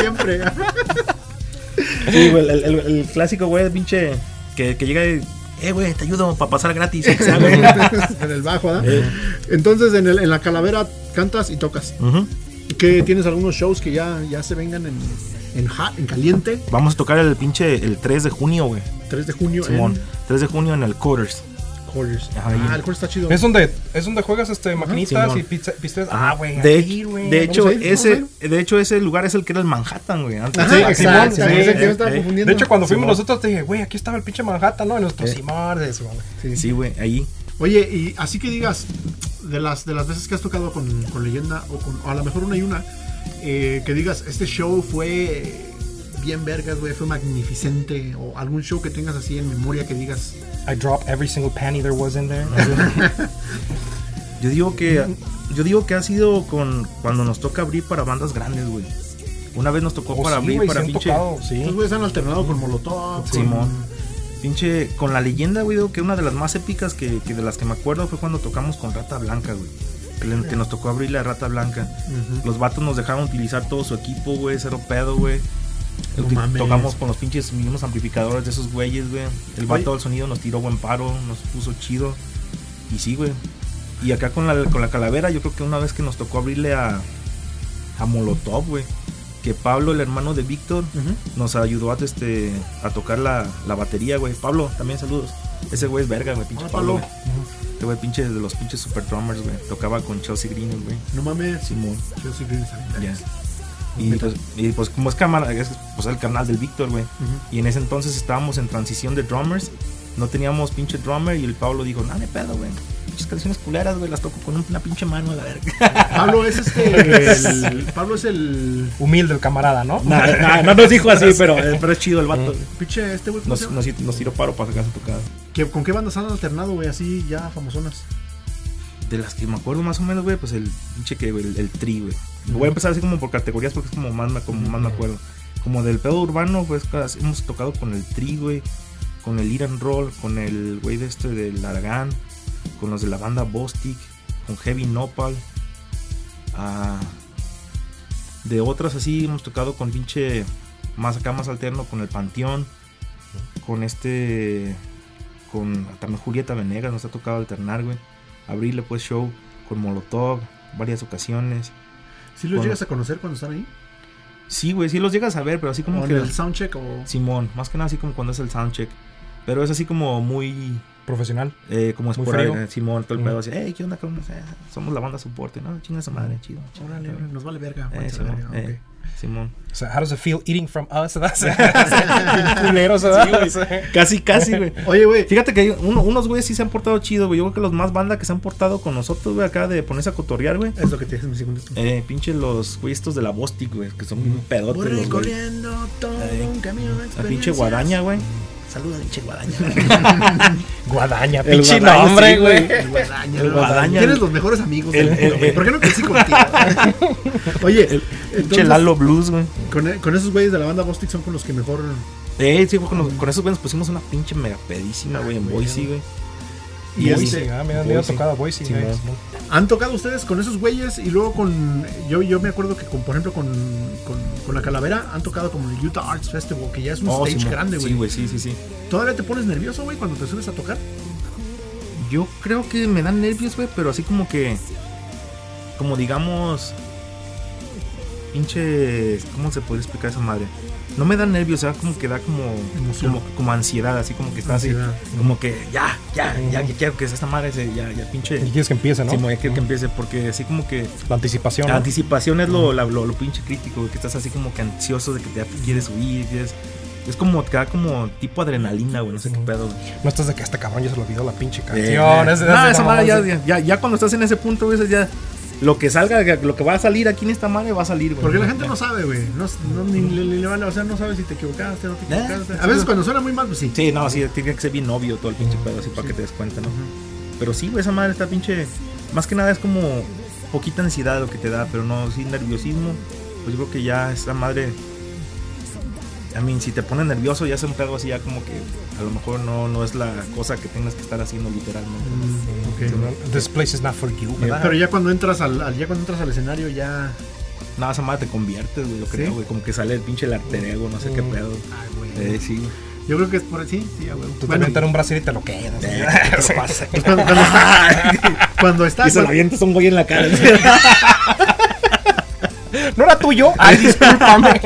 *laughs* Siempre. Sí, güey, el, el- el clásico, güey, el pinche. Que, que llega y. Eh, güey, te ayudo para pasar gratis. o sea, güey. en el bajo, ¿verdad? Entonces en, el, en la calavera cantas y tocas. *laughs* Ujú. ¿Qué tienes algunos shows que ya, ya se vengan en, en, hot, en caliente? Vamos a tocar el pinche el 3 de junio, güey. 3 de junio Simón. 3 de junio en el Quarters. en Colliers. Ajá, Ah, ahí. el Colliers está chido. Es donde, es donde juegas este, maquinitas Simón. y pizza- pisteas. Ah, güey. De, aquí, güey. de hecho, a ir, vamos ese, de hecho, ese lugar es el que era el Manhattan, güey. Antes. Ajá, Sí, exacto. Simón, sí, sí, sí, sí, me estaba eh, eh. confundiendo. De hecho, cuando fuimos Simón. nosotros, te dije, güey, aquí estaba el pinche Manhattan, ¿no? En nuestro Simón. de Simón. Sí. Sí, güey, ahí. Oye, y así que digas, de las, de las veces que has tocado con, con leyenda, o, con, o a lo mejor una y una, eh, que digas, este show fue bien vergas, güey, fue magnificente, o algún show que tengas así en memoria que digas, I dropped every single penny there was in there. *laughs* Yo digo que yo digo que ha sido con cuando nos toca abrir para bandas grandes, güey. Una vez nos tocó Oh, para sí, abrir güey, para sí han pinche tocado, estos sí. güeyes han alternado con Molotov, con- Simón. Pinche con la leyenda, güey, digo que una de las más épicas que, que de las que me acuerdo fue cuando tocamos con Rata Blanca, güey. Que, le- que nos tocó abrir la Rata Blanca. Los vatos nos dejaron utilizar todo su equipo, güey, cero pedo, güey. No Uti- mames. Tocamos con los pinches mismos amplificadores de esos güeyes, güey. El vato Oye. del sonido nos tiró buen paro, nos puso chido. Y sí, güey. Y acá con la, con la calavera, yo creo que una vez que nos tocó abrirle a, a Molotov, güey. Que Pablo, el hermano de Víctor, Ujú. nos ayudó a, este, a tocar la, la batería, güey. Pablo, también saludos. Ese güey es verga, güey, pinche Ah, Pablo. Pablo. güey. Este güey, pinche de los pinches super drummers, güey. Tocaba con Chelsea Green, güey. No mames, Simón, yo soy Green Sand. ya. Y Neta. pues, y pues como es cámara, es pues, el canal del Víctor, güey. Y en ese entonces estábamos en transición de drummers. No teníamos pinche drummer y el Pablo dijo, no, ni pedo, güey. Pinches canciones culeras, güey, las toco con una pinche mano a la verga. Pablo es *laughs* este, el- Pablo es el Humilde el camarada, ¿no? No, no, no *laughs* nos dijo así, *laughs* pero, eh, pero es chido el vato. pinche este güey, ¿cómo se Nos, llama? nos, nos tiró paro para sacar su tocada. ¿Qué- ¿Con qué bandas han alternado, güey, así ya famosonas? De las que me acuerdo más o menos, güey, pues el pinche que, güey, el, el tri, güey. Voy a empezar así como por categorías porque es como más, me- como más me acuerdo. Como del pedo urbano, pues casi hemos tocado con el tri, güey. Con el Iran Roll, con el güey de este del Aragán. Con los de la banda Bostic. Con Heavy Nopal. ah, de otras así hemos tocado con pinche. Más acá, más alterno, con el Panteón. Con este. Con también Julieta Venegas nos ha tocado alternar, güey abrirle pues show con Molotov varias ocasiones. ¿Sí los Bueno. llegas a conocer cuando están ahí? Sí, güey, sí los llegas a ver, pero así como ¿O en que el soundcheck o...? Simón, más que nada así como cuando es el soundcheck. Pero es así como muy Profesional. eh, como es Muy por frío. Simón, todo el Mm. pedo así, "Ey, ¿qué onda, cabrón? Eh, Somos la banda soporte, ¿no? Chinga esa madre, chido. chido, Órale, está bien". nos vale verga. Eh, mancha Simón, verga, eh, Simón. So, how does it feel eating from us? *laughs* That's culeros, ¿verdad? Sí. Casi, casi, *laughs* güey. ok. Oye, güey. Fíjate que hay uno- unos güeyes sí se han portado chido, güey. Yo creo que los más banda que se han portado con nosotros, güey, acá de ponerse a cotorrear, güey. Es lo que te dije en mi segundo turno. Eh, pinche los güeyes estos de la Bostic, güey, que son un pedote. Voy recorriendo todo Eh, un camino de La pinche experiencias. guadaña, güey. Saludos, pinche *laughs* guadaña. Guadaña, El pinche guadaña, nombre, sí, güey. El guadaña, El el guadaña. Tienes los mejores amigos del El- mundo, el- güey. ¿Por qué no crecí *laughs* contigo? Oye, Pinche entonces, Lalo Blues, güey. e-, con, con esos güeyes de la banda Bostic son con los que mejor. Eh, sí, güey, con, los- con esos güeyes pusimos una pinche mega pedísima, güey, en Boise, güey. Y Boise, este, ah, me han ido Boise. tocado a Boise, Sí, güey. man. ¿Han tocado ustedes con esos güeyes? Y luego con. Yo, yo me acuerdo que, con, por ejemplo, con, con, con la calavera han tocado como el Utah Arts Festival, que ya es un Oh, stage Simón. grande, Sí, güey. güey, sí, sí, sí. ¿Todavía te pones nervioso, güey, cuando te subes a tocar? Yo creo que me dan nervios, güey, pero así como que. Como digamos. Pinche. ¿Cómo se puede explicar esa madre? No me dan nervios, o sea, como que da como. Emoción. Como, como ansiedad, así como que está así. Ansiedad. Como que ya, ya, ya, Ujú. ya quiero que esta madre se. Ya, ya, pinche. Y quieres que empiece, ¿no? Sí, güey, ya quiero que empiece, porque así como que. La anticipación. La ¿no? anticipación es lo, la- lo, lo pinche crítico, güey, que estás así como que ansioso de que ya te quieres huir. quieres- es como, te da como tipo adrenalina, güey, no sé qué Ujú. pedo. güey. No estás de que este cabrón ya se le olvidó la pinche Eh, canción. es- es- no, esa no, madre ya, es- ya, ya- ya cuando estás en ese punto, güey, eso ya lo que salga, lo que va a salir aquí en esta madre va a salir, güey. Porque la gente no sabe, güey. No, no, ni, le- le- le vale, o sea, no sabe si te equivocaste o no te Eh, equivocaste. A sí, veces güey. cuando suena muy mal, pues sí. Sí, no, sí, tiene que ser bien obvio todo el pinche pedo, así para que te des cuenta, ¿no? Pero sí, güey, esa madre está pinche. Más que nada es como poquita ansiedad lo que te da, pero no, sí, nerviosismo. Pues yo creo que ya esa madre. A mí, si te pone nervioso, ya es un pedo así, ya como que a lo mejor no, no es la cosa que tengas que estar haciendo literalmente. Mm, ok. This place is not for you, ¿verdad? Pero ya cuando entras al, al- ya cuando entras al escenario ya. Nada, esa madre te conviertes, güey, yo creo, ¿Sí? güey. Como que sale el pinche el alter ego, no sé qué Mm. pedo. Ay, ah, güey. Eh, sí. Yo creo que es por así, sí, a huevo. Tú te Bueno, *laughs* avientan un Brasil y te lo quedas. Eh, ¿no? ¿qué te pasa? *laughs* cuando, cuando está- *laughs* cuando está- Y se lo avientas a un güey en la cara. *laughs* No era tuyo. Ay, *laughs* discúlpame.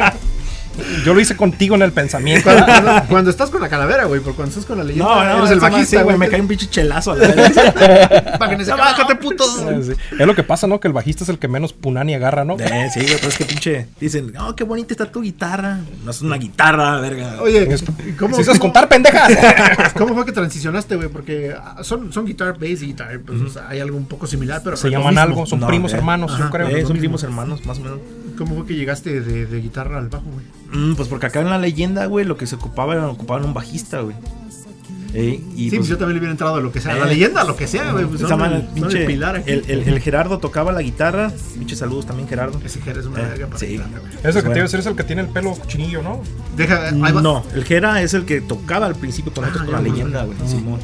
Yo lo hice contigo en el pensamiento. cuando- cuando- cuando estás con la calavera, güey, porque cuando estás con la leyenda, eres el esa madre, sí, bajista, güey. Me cae un pinche chelazo a la verga. *laughs* *laughs* Bájense, Ya cabrón. bájate, puto. Ah, Sí, Es lo que pasa, ¿no? Que el bajista es el que menos punani agarra, *laughs* ¿no? Eh, sí, güey, pero es que pinche. Dicen, oh, qué bonita está tu guitarra. No es una guitarra, verga. Oye, Es- ¿cómo, Si sabes cómo- contar, *laughs* pendejas. cómo fue que transicionaste, güey? Porque ah, son, son guitar, bass y guitar, pues, o sea, hay algo un poco similar, pero Se es lo llaman mismo. algo, son No, primos eh. hermanos, yo Ajá, creo. Eh, Los son dos- primos hermanos, más o menos. ¿Cómo fue que llegaste de, de guitarra al bajo, güey? Mm, pues porque acá en la leyenda, güey, lo que se ocupaba era ocupaban un bajista, güey. Eh, y Sí, pues, pues yo también le hubiera entrado a lo que sea, a la Eh. leyenda, a lo que sea, güey. Pues, esa son madre, el- son el pinche, pilar aquí. el, el- el Gerardo tocaba la guitarra. Pinche saludos también, Gerardo. Ese que eres una Eh, verga para sí. guitarra, güey. Es el que Bueno. te iba a decir, es el que tiene el pelo chinillo, ¿no? Deja, eh, ahí va. No, el Gera es el que tocaba al principio con nosotros Ah, con la ya, leyenda, güey. Simón.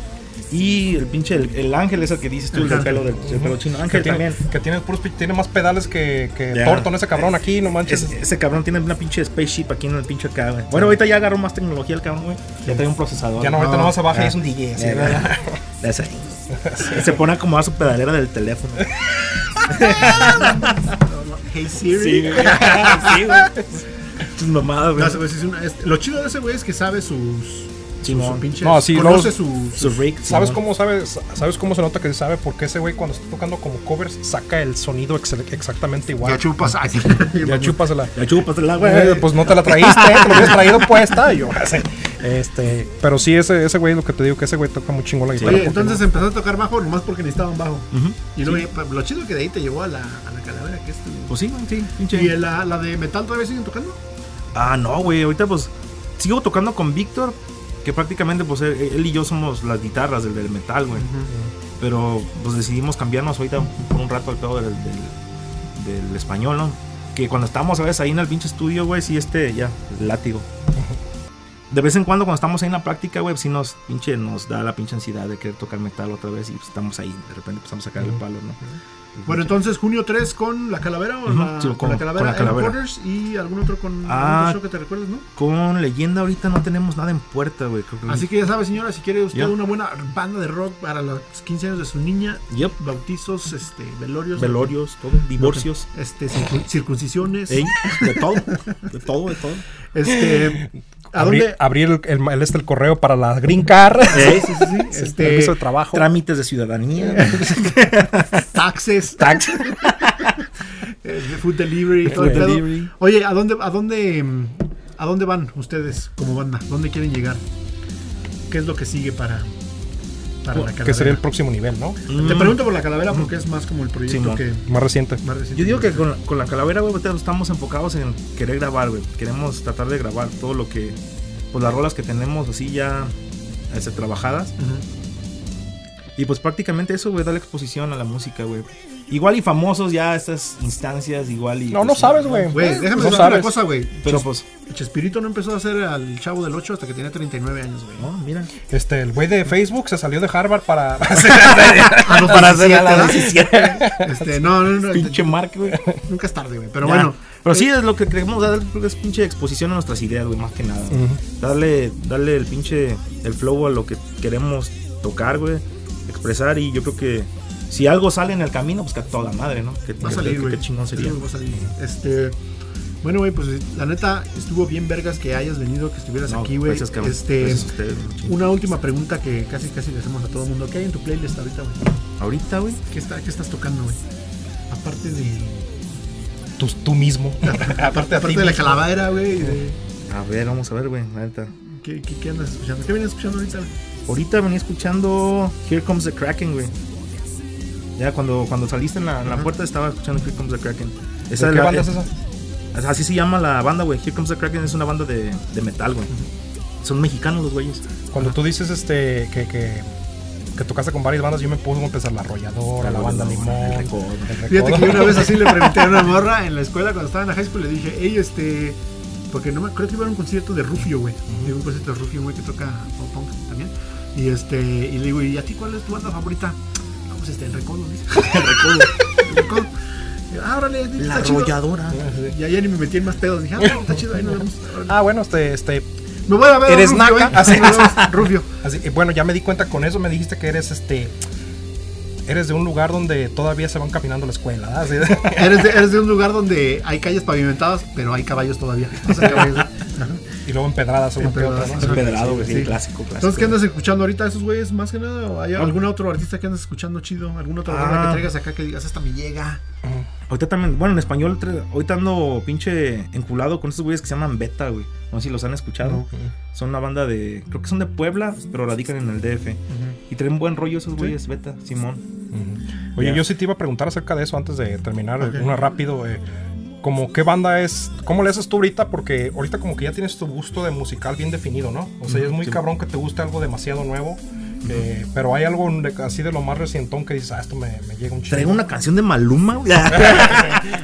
Y el pinche, el, el ángel es el que dices tú, el del Ajá. pelo, del, del pelo chino. Ángel que tiene, también. que tiene, puros pin- tiene más pedales que, que Ya. Thornton, ese cabrón aquí, no manches. Ese- ese cabrón tiene una pinche spaceship aquí en el pinche acá, güey. Bueno, ahorita ya agarró más tecnología el cabrón, güey. Ya trae un procesador. ya no, ahorita no nomás se baja Ah. y es un DJ. así, Ya, ¿verdad? ya. Ya sé. Se pone a acomodar su pedalera del teléfono. Hey Siri. güey. *laughs* Sí, güey. Sus mamadas, No, güey. ese güey sí es una- es- lo chido de ese güey es que sabe sus. Sus Simón. pinches. No, sí, conoce no, su, Su rig. *laughs* ¿Sabes Simón. cómo, sabes, ¿Sabes cómo se nota que se sabe? Porque ese güey cuando está tocando como covers saca el sonido ex- exactamente igual. Ya chupas. ay, *laughs* Ya chúpasela. La chupas el agua, Güey, güey. pues no te la traíste, te lo hubieras traído puesta. Y yo, *laughs* así. este, pero sí, ese, ese güey, lo que te digo, que ese güey toca muy chingón la guitarra. Oye, porque entonces empezó a tocar bajo nomás porque necesitaban bajo. Ujú. Y luego, ya, lo chido que de ahí te llevó a la, a la calavera, que es tu. Pues sí, güey, sí. Pinche. ¿Y la, la de metal todavía siguen tocando? Ah, no, güey. Ahorita pues sigo tocando con Víctor, que prácticamente pues él, él y yo somos las guitarras del, del metal, güey. Pero pues decidimos cambiarnos ahorita por un rato al pedo del, del- del español, ¿no? Que cuando estábamos a veces ahí en el pinche estudio, güey, sí, este, ya, *laughs* el látigo. De vez en cuando cuando estamos ahí en la práctica, güey, sí nos pinche nos da la pinche ansiedad de querer tocar metal otra vez y pues, estamos ahí, de repente empezamos a sacar el palo, ¿no? Bueno, entonces junio 3 con la calavera o Ujú, la, sí, con, con- la calavera, con la calavera. en Borders y algún otro con algún Ah. otro show que te recuerdes, ¿no? Con leyenda ahorita no tenemos nada en puerta, güey. creo que- Así que ya sabe, señora, si quiere usted Ya. una buena banda de rock para los 15 años de su niña, Yep. bautizos, este, velorios, Velorios, todo, divorcios. este, circun- circuncisiones, Ey, de todo, de todo, de *laughs* todo. *gasps* este, ¿a abrí- dónde? Abrir el, el- el- este, el correo para la green card. *laughs* Ey, Sí, sí, sí, *laughs* el permiso este, de trabajo. Trámites de ciudadanía. *laughs* taxes, Tax. eh, food delivery, todo el Food pedo. delivery. Oye, ¿a dónde, a dónde, mm, a dónde van ustedes como banda? ¿Dónde quieren llegar? ¿Qué es lo que sigue para, para la calavera? que sería el próximo nivel, ¿no? Mm. Te pregunto por la calavera porque es más como el proyecto Simón. que Más reciente. más reciente. Yo digo que con, con la calavera, güey, ahorita estamos enfocados en querer grabar, güey. Queremos tratar de grabar todo lo que pues las rolas que tenemos así ya este, trabajadas. Y pues prácticamente eso, güey, da la exposición a la música, güey. Igual y famosos ya estas instancias, igual y... No, no pues, sabes, güey. Güey, déjame no decirte sabes. una cosa, güey. Pero pues, Chespirito no empezó a hacer al Chavo del 8 hasta que tenía 39 años, *laughs* güey. no, mira. Este, el güey de Facebook se salió de Harvard para. *laughs* A *laughs* los Ah, Para hacer 17, a la *laughs* ¿verdad? 17. Este, no, no, no, Pinche Mark, güey. nunca es tarde, güey. Pero Ya. bueno, Pero sí es lo que queremos dar, es pinche exposición a nuestras ideas, güey, más que nada. güey. Darle, darle el pinche, el flow a lo que queremos tocar, güey, expresar y yo creo que si algo sale en el camino, pues que a toda la madre, ¿no? Que, va a que- salir, que- güey. que chingón sería. Creo que va a salir. Este, bueno, güey, pues la neta estuvo bien vergas que hayas venido, que estuvieras No, aquí, güey. gracias, cabrón. Este, Gracias a ustedes, güey, chingón. una última pregunta que casi casi le hacemos a todo el mundo. ¿Qué hay en tu playlist ahorita, güey? Ahorita, güey. ¿Qué, está, ¿Qué estás tocando, güey? Aparte de tú, tú mismo. aparte, a ti de la mismo. calavera, güey. de- A ver, vamos a ver, güey, la neta. ¿Qué, qué, qué andas escuchando? ¿Qué vienes escuchando ahorita? Ahorita venía escuchando Here Comes the Kraken, güey. Ya cuando, cuando saliste en la, en la puerta estaba escuchando Here Comes the Kraken. Esa ¿De es ¿Qué la- banda es eh, esa? Así se llama la banda, güey. Here Comes the Kraken es una banda de, de metal, güey. Son mexicanos los güeyes. Cuando tú dices este que, que, que tocaste con varias bandas, yo me puse a empezar la arrolladora, la banda limón, El el Recodo. Fíjate Recodo. que yo *laughs* una vez así le pregunté a *laughs* una morra en la escuela cuando estaba en la high school, le dije, hey, este, porque no me creo que iba a un concierto de Rufio, güey. Digo, Un concierto de Rufio, güey, que toca pop punk también. Y este, y le digo, ¿y a ti cuál es tu banda favorita? No, pues este, el recodo, *laughs* dice. El recodo. el recodo. Y yo, Ah, órale, La está chido. arrolladora. Y ahí ya ni me metí en más pedos. Dije, ah, bueno, está chido, ahí nos vemos. Órale. Ah, bueno, este, este, Me voy a ver. a Eres Rufio, naca. eh. *laughs* Así es. Nos vemos, Rufio. Así, y bueno, ya me di cuenta con eso, me dijiste que eres este. Eres de un lugar donde todavía se van caminando a la escuela, ¿verdad? Así de- *laughs* Eres de, eres de un lugar donde hay calles pavimentadas, pero hay caballos todavía. O sea, *laughs* caballos. Ajá. y luego empedradas una que otra. Empedradas, ¿no? ajá. Empedrado, güey. Sí, sí, sí. Clásico, clásico. Entonces, ¿qué andas escuchando ahorita de esos güeyes más que nada? ¿O hay algún otro artista que andas escuchando chido? ¿Algún otro Ah. rola que traigas acá que digas, esta me llega? Ahorita también, bueno, en español, tre- ahorita ando pinche enculado con estos güeyes que se llaman Beta, güey. No sé si los han escuchado. Son una banda de, creo que son de Puebla, pero radican en el DF. Y traen buen rollo esos güeyes, Beta, Simón. Ujú. Oye, Ya. yo sí te iba a preguntar acerca de eso antes de terminar, Ok. una rápido. eh, como qué banda es, cómo le haces tú ahorita, porque ahorita como que ya tienes tu gusto de musical bien definido, ¿no? O sea, es muy sí. cabrón que te guste algo demasiado nuevo, eh, pero hay algo de- así de lo más recientón que dices, ah, esto me, me llega un chingo. Traigo una canción de Maluma, güey.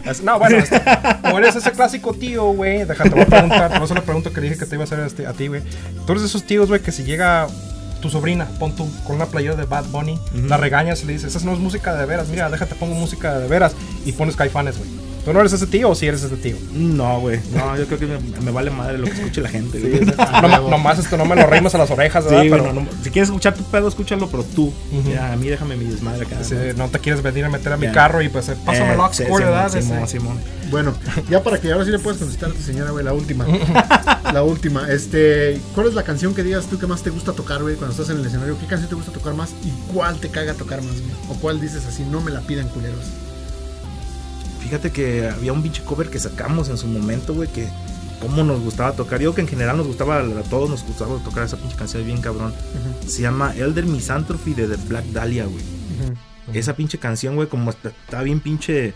Es- No, bueno, este, como eres ese clásico tío, güey. Déjate, te voy a preguntar. Por eso la pregunta que le dije que te iba a hacer este, a ti, güey. Tú eres de esos tíos, güey, que si llega tu sobrina, pon tu, con una playera de Bad Bunny, la regañas y le dices, esa no es música de veras, mira, déjate, pongo música de veras. Y pones caifanes, güey. ¿Tú no eres ese tío o si eres ese tío? No, güey. No, yo creo que me, me vale madre lo que escuche la gente, güey. No, nomás esto, no me lo reímos a las orejas, Sí, ¿verdad? güey, Pero no, no, si quieres escuchar tu pedo, escúchalo, pero tú. Ujú. Ya, a mí déjame mi desmadre acá. si ¿no? no te quieres venir a meter a mi Ya. carro y pues, eh, pásame Eh, el sí, Oxford, Simón, ¿verdad? Simón, Ese- Simón. Bueno, ya para que ahora sí le puedas contestar a tu señora, güey, la *laughs* última. La última. Este, ¿cuál es la canción que digas tú que más te gusta tocar, güey, cuando estás en el escenario? ¿Qué canción te gusta tocar más y cuál te caga tocar más, güey? ¿O cuál dices así, no me la pidan culeros? Fíjate que había un pinche cover que sacamos en su momento, güey, que cómo nos gustaba tocar. Yo creo que en general nos gustaba, a todos nos gustaba tocar esa pinche canción bien cabrón. Se llama Elder Misanthropy de The Black Dahlia, güey. Esa pinche canción, güey, como está, está bien pinche...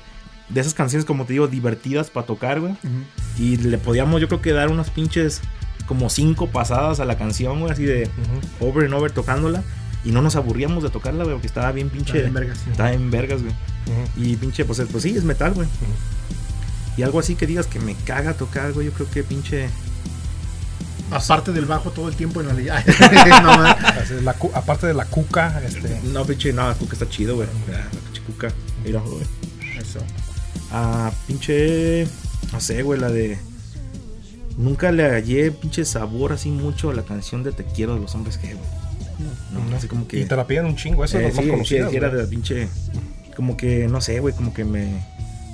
De esas canciones, como te digo, divertidas para tocar, güey. Y le podíamos, yo creo que dar unas pinches como cinco pasadas a la canción, güey, así de Ujú. over and over tocándola. Y no nos aburríamos de tocarla, güey, porque estaba bien pinche... Está bien vergas. Estaba en vergas, güey. Ujú. Y pinche, pues, eh, pues sí, es metal, güey. Y algo así que digas que me caga tocar, güey. Yo creo que pinche. Aparte del bajo todo el tiempo en *laughs* la ley. no, man. Así es, la cu- aparte de la cuca, este... No, pinche, no, Cuca está chido, güey. Ah, la pinche Cuca. Mira, güey. Eso. Ah, pinche. No sé, güey, la de. Nunca le hallé pinche sabor así mucho a la canción de Te quiero de los hombres que, güey. No, no, así como que. Y te la piden un chingo, eso Eh, es lo sí, más conocido. sí, era de la pinche. Como que, no sé, güey, como que me.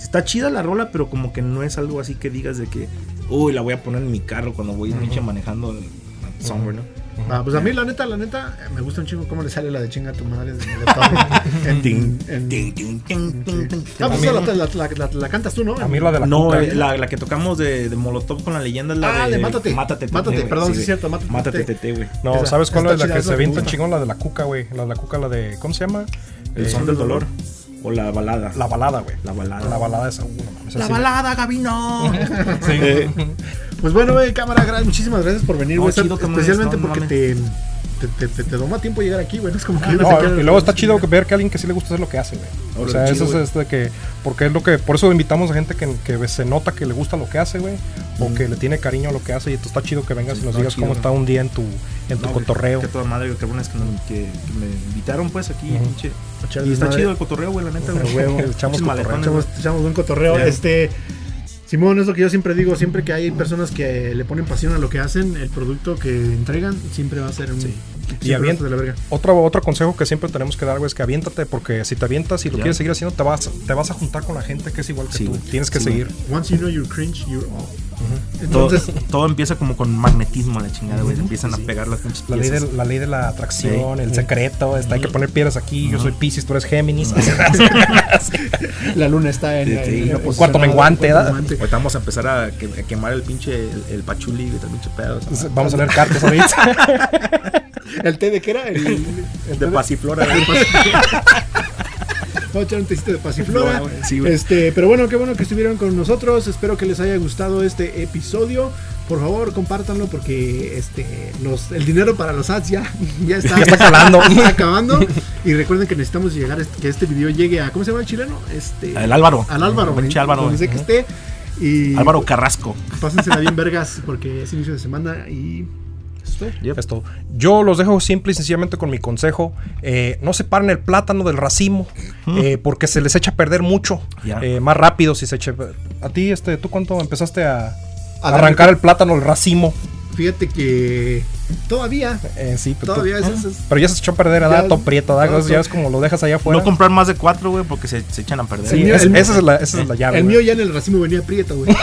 Está chida la rola, pero como que no es algo así que digas de que, uy, la voy a poner en mi carro cuando voy pinche manejando el- somewhere, ¿no? Ah, pues a mí, la neta, la neta, eh, me gusta un chingo cómo le sale la de chinga a tu madre de Molotov. *laughs* en, en- Ting, ting, ting, ting, ting. Ah, pues A mí- la, la- la- la- la cantas tú, ¿no? A mí la de la No, cuca. eh, la, la que tocamos de, de Molotov con la leyenda es la Ah, de, de Mátate. Mátate, Tete, Mátate, güey. perdón, sí güey. es cierto, Mátate, Mátate, Tete. Tete, güey. No, Esa- ¿sabes cuál está es la chida, que es se la que me avienta un gusta. chingón? La de la cuca, güey. La de la cuca, la de. ¿Cómo se llama? El Eh, son del dolor. O la balada. La balada, güey. La balada. La balada de Saúl. no mames, así. balada, Gabino. Sí. Eh, pues bueno, güey, cámara, gra- muchísimas gracias por venir, No, güey. chido, cámara, especialmente no porque te, te, te, te- te toma tiempo llegar aquí, güey. No es como que yo no sé No, qué- y luego está chido que ver que a alguien que sí le gusta hacer lo que hace, güey. O Órale, sea, chido, eso es güey. este que. Porque es lo que. Por eso invitamos a gente que, que se nota que le gusta lo que hace, güey. O que le tiene cariño a lo que hace. Y esto está chido que vengas y Sí, nos está digas chido, cómo ¿no? está un día en tu, en tu No, güey, cotorreo. Que toda madre, güey, qué bueno es que, no- que- que me invitaron pues aquí, pinche. Echarles Y está madre. chido el cotorreo, güey, la neta, A güey. huevo. Echamos Pinches cotorreo. maletones, Echamos, echamos un cotorreo. Ya. Este. Simón, es lo que yo siempre digo, siempre que hay personas que le ponen pasión a lo que hacen, el producto que entregan siempre va a ser un... siempre Y va a avien- ser de la verga. Otro, otro consejo que siempre tenemos que dar, güey, es que aviéntate, porque si te avientas y lo Ya. quieres seguir haciendo, te vas, te vas a juntar con la gente que es igual que Sí, tú. güey. Tienes que Sí, seguir. Once you know you're cringe, you're all. Todo, Entonces, todo empieza como con magnetismo a la chingada, güey. Empiezan a pegar las pinches La ley, de, piezas. la ley de la atracción, el secreto, está, hay que poner piedras aquí, yo soy Pisces, tú eres Géminis. *laughs* *coughs* la luna está en, Sí, en sí. pues, una Un posición cuarto alta, menguante, cuarto ¿da? menguante. Ahorita vamos a empezar a, que- a quemar el pinche el, el pachuli, güey, el pinche pedo. o sea, *laughs* Vamos a leer cartas *laughs* ahorita. ¿El té de qué era? El, el té De pasiflora, güey. *laughs* Vamos a echar un tecito de pasiflora. Flora, güey. Sí, güey. este, pero bueno, qué bueno que estuvieron con nosotros. Espero que les haya gustado este episodio. Por favor, compártanlo porque este, los, el dinero para los ads ya, ya está, está acabando. está *laughs* acabando. Y recuerden que necesitamos llegar, a este- que este video llegue a, ¿cómo se llama el chileno? Este, El Álvaro. al Álvaro. Pinche eh, Álvaro, Donde güey. sea que esté. Y Álvaro Carrasco. Pásensela bien vergas porque es inicio de semana y... eso fue. Esto. Yo los dejo simple y sencillamente con mi consejo. Eh, no separen el plátano del racimo, eh, porque se les echa a perder mucho. Ya. eh, más rápido si se echa. A ti, este, ¿tú cuánto empezaste a, A arrancar el plátano, el racimo? Fíjate que todavía, Eh, sí, pero tú- todavía es- es- es Pero ya se echó a perder, a Ya- dato prieto, ya- ya es como lo dejas allá afuera. No comprar más de cuatro, güey, porque se, se echan a perder. Sí, El mío- es- el- esa, es la, esa es la llave. El güey. mío ya en el racimo venía prieto, güey.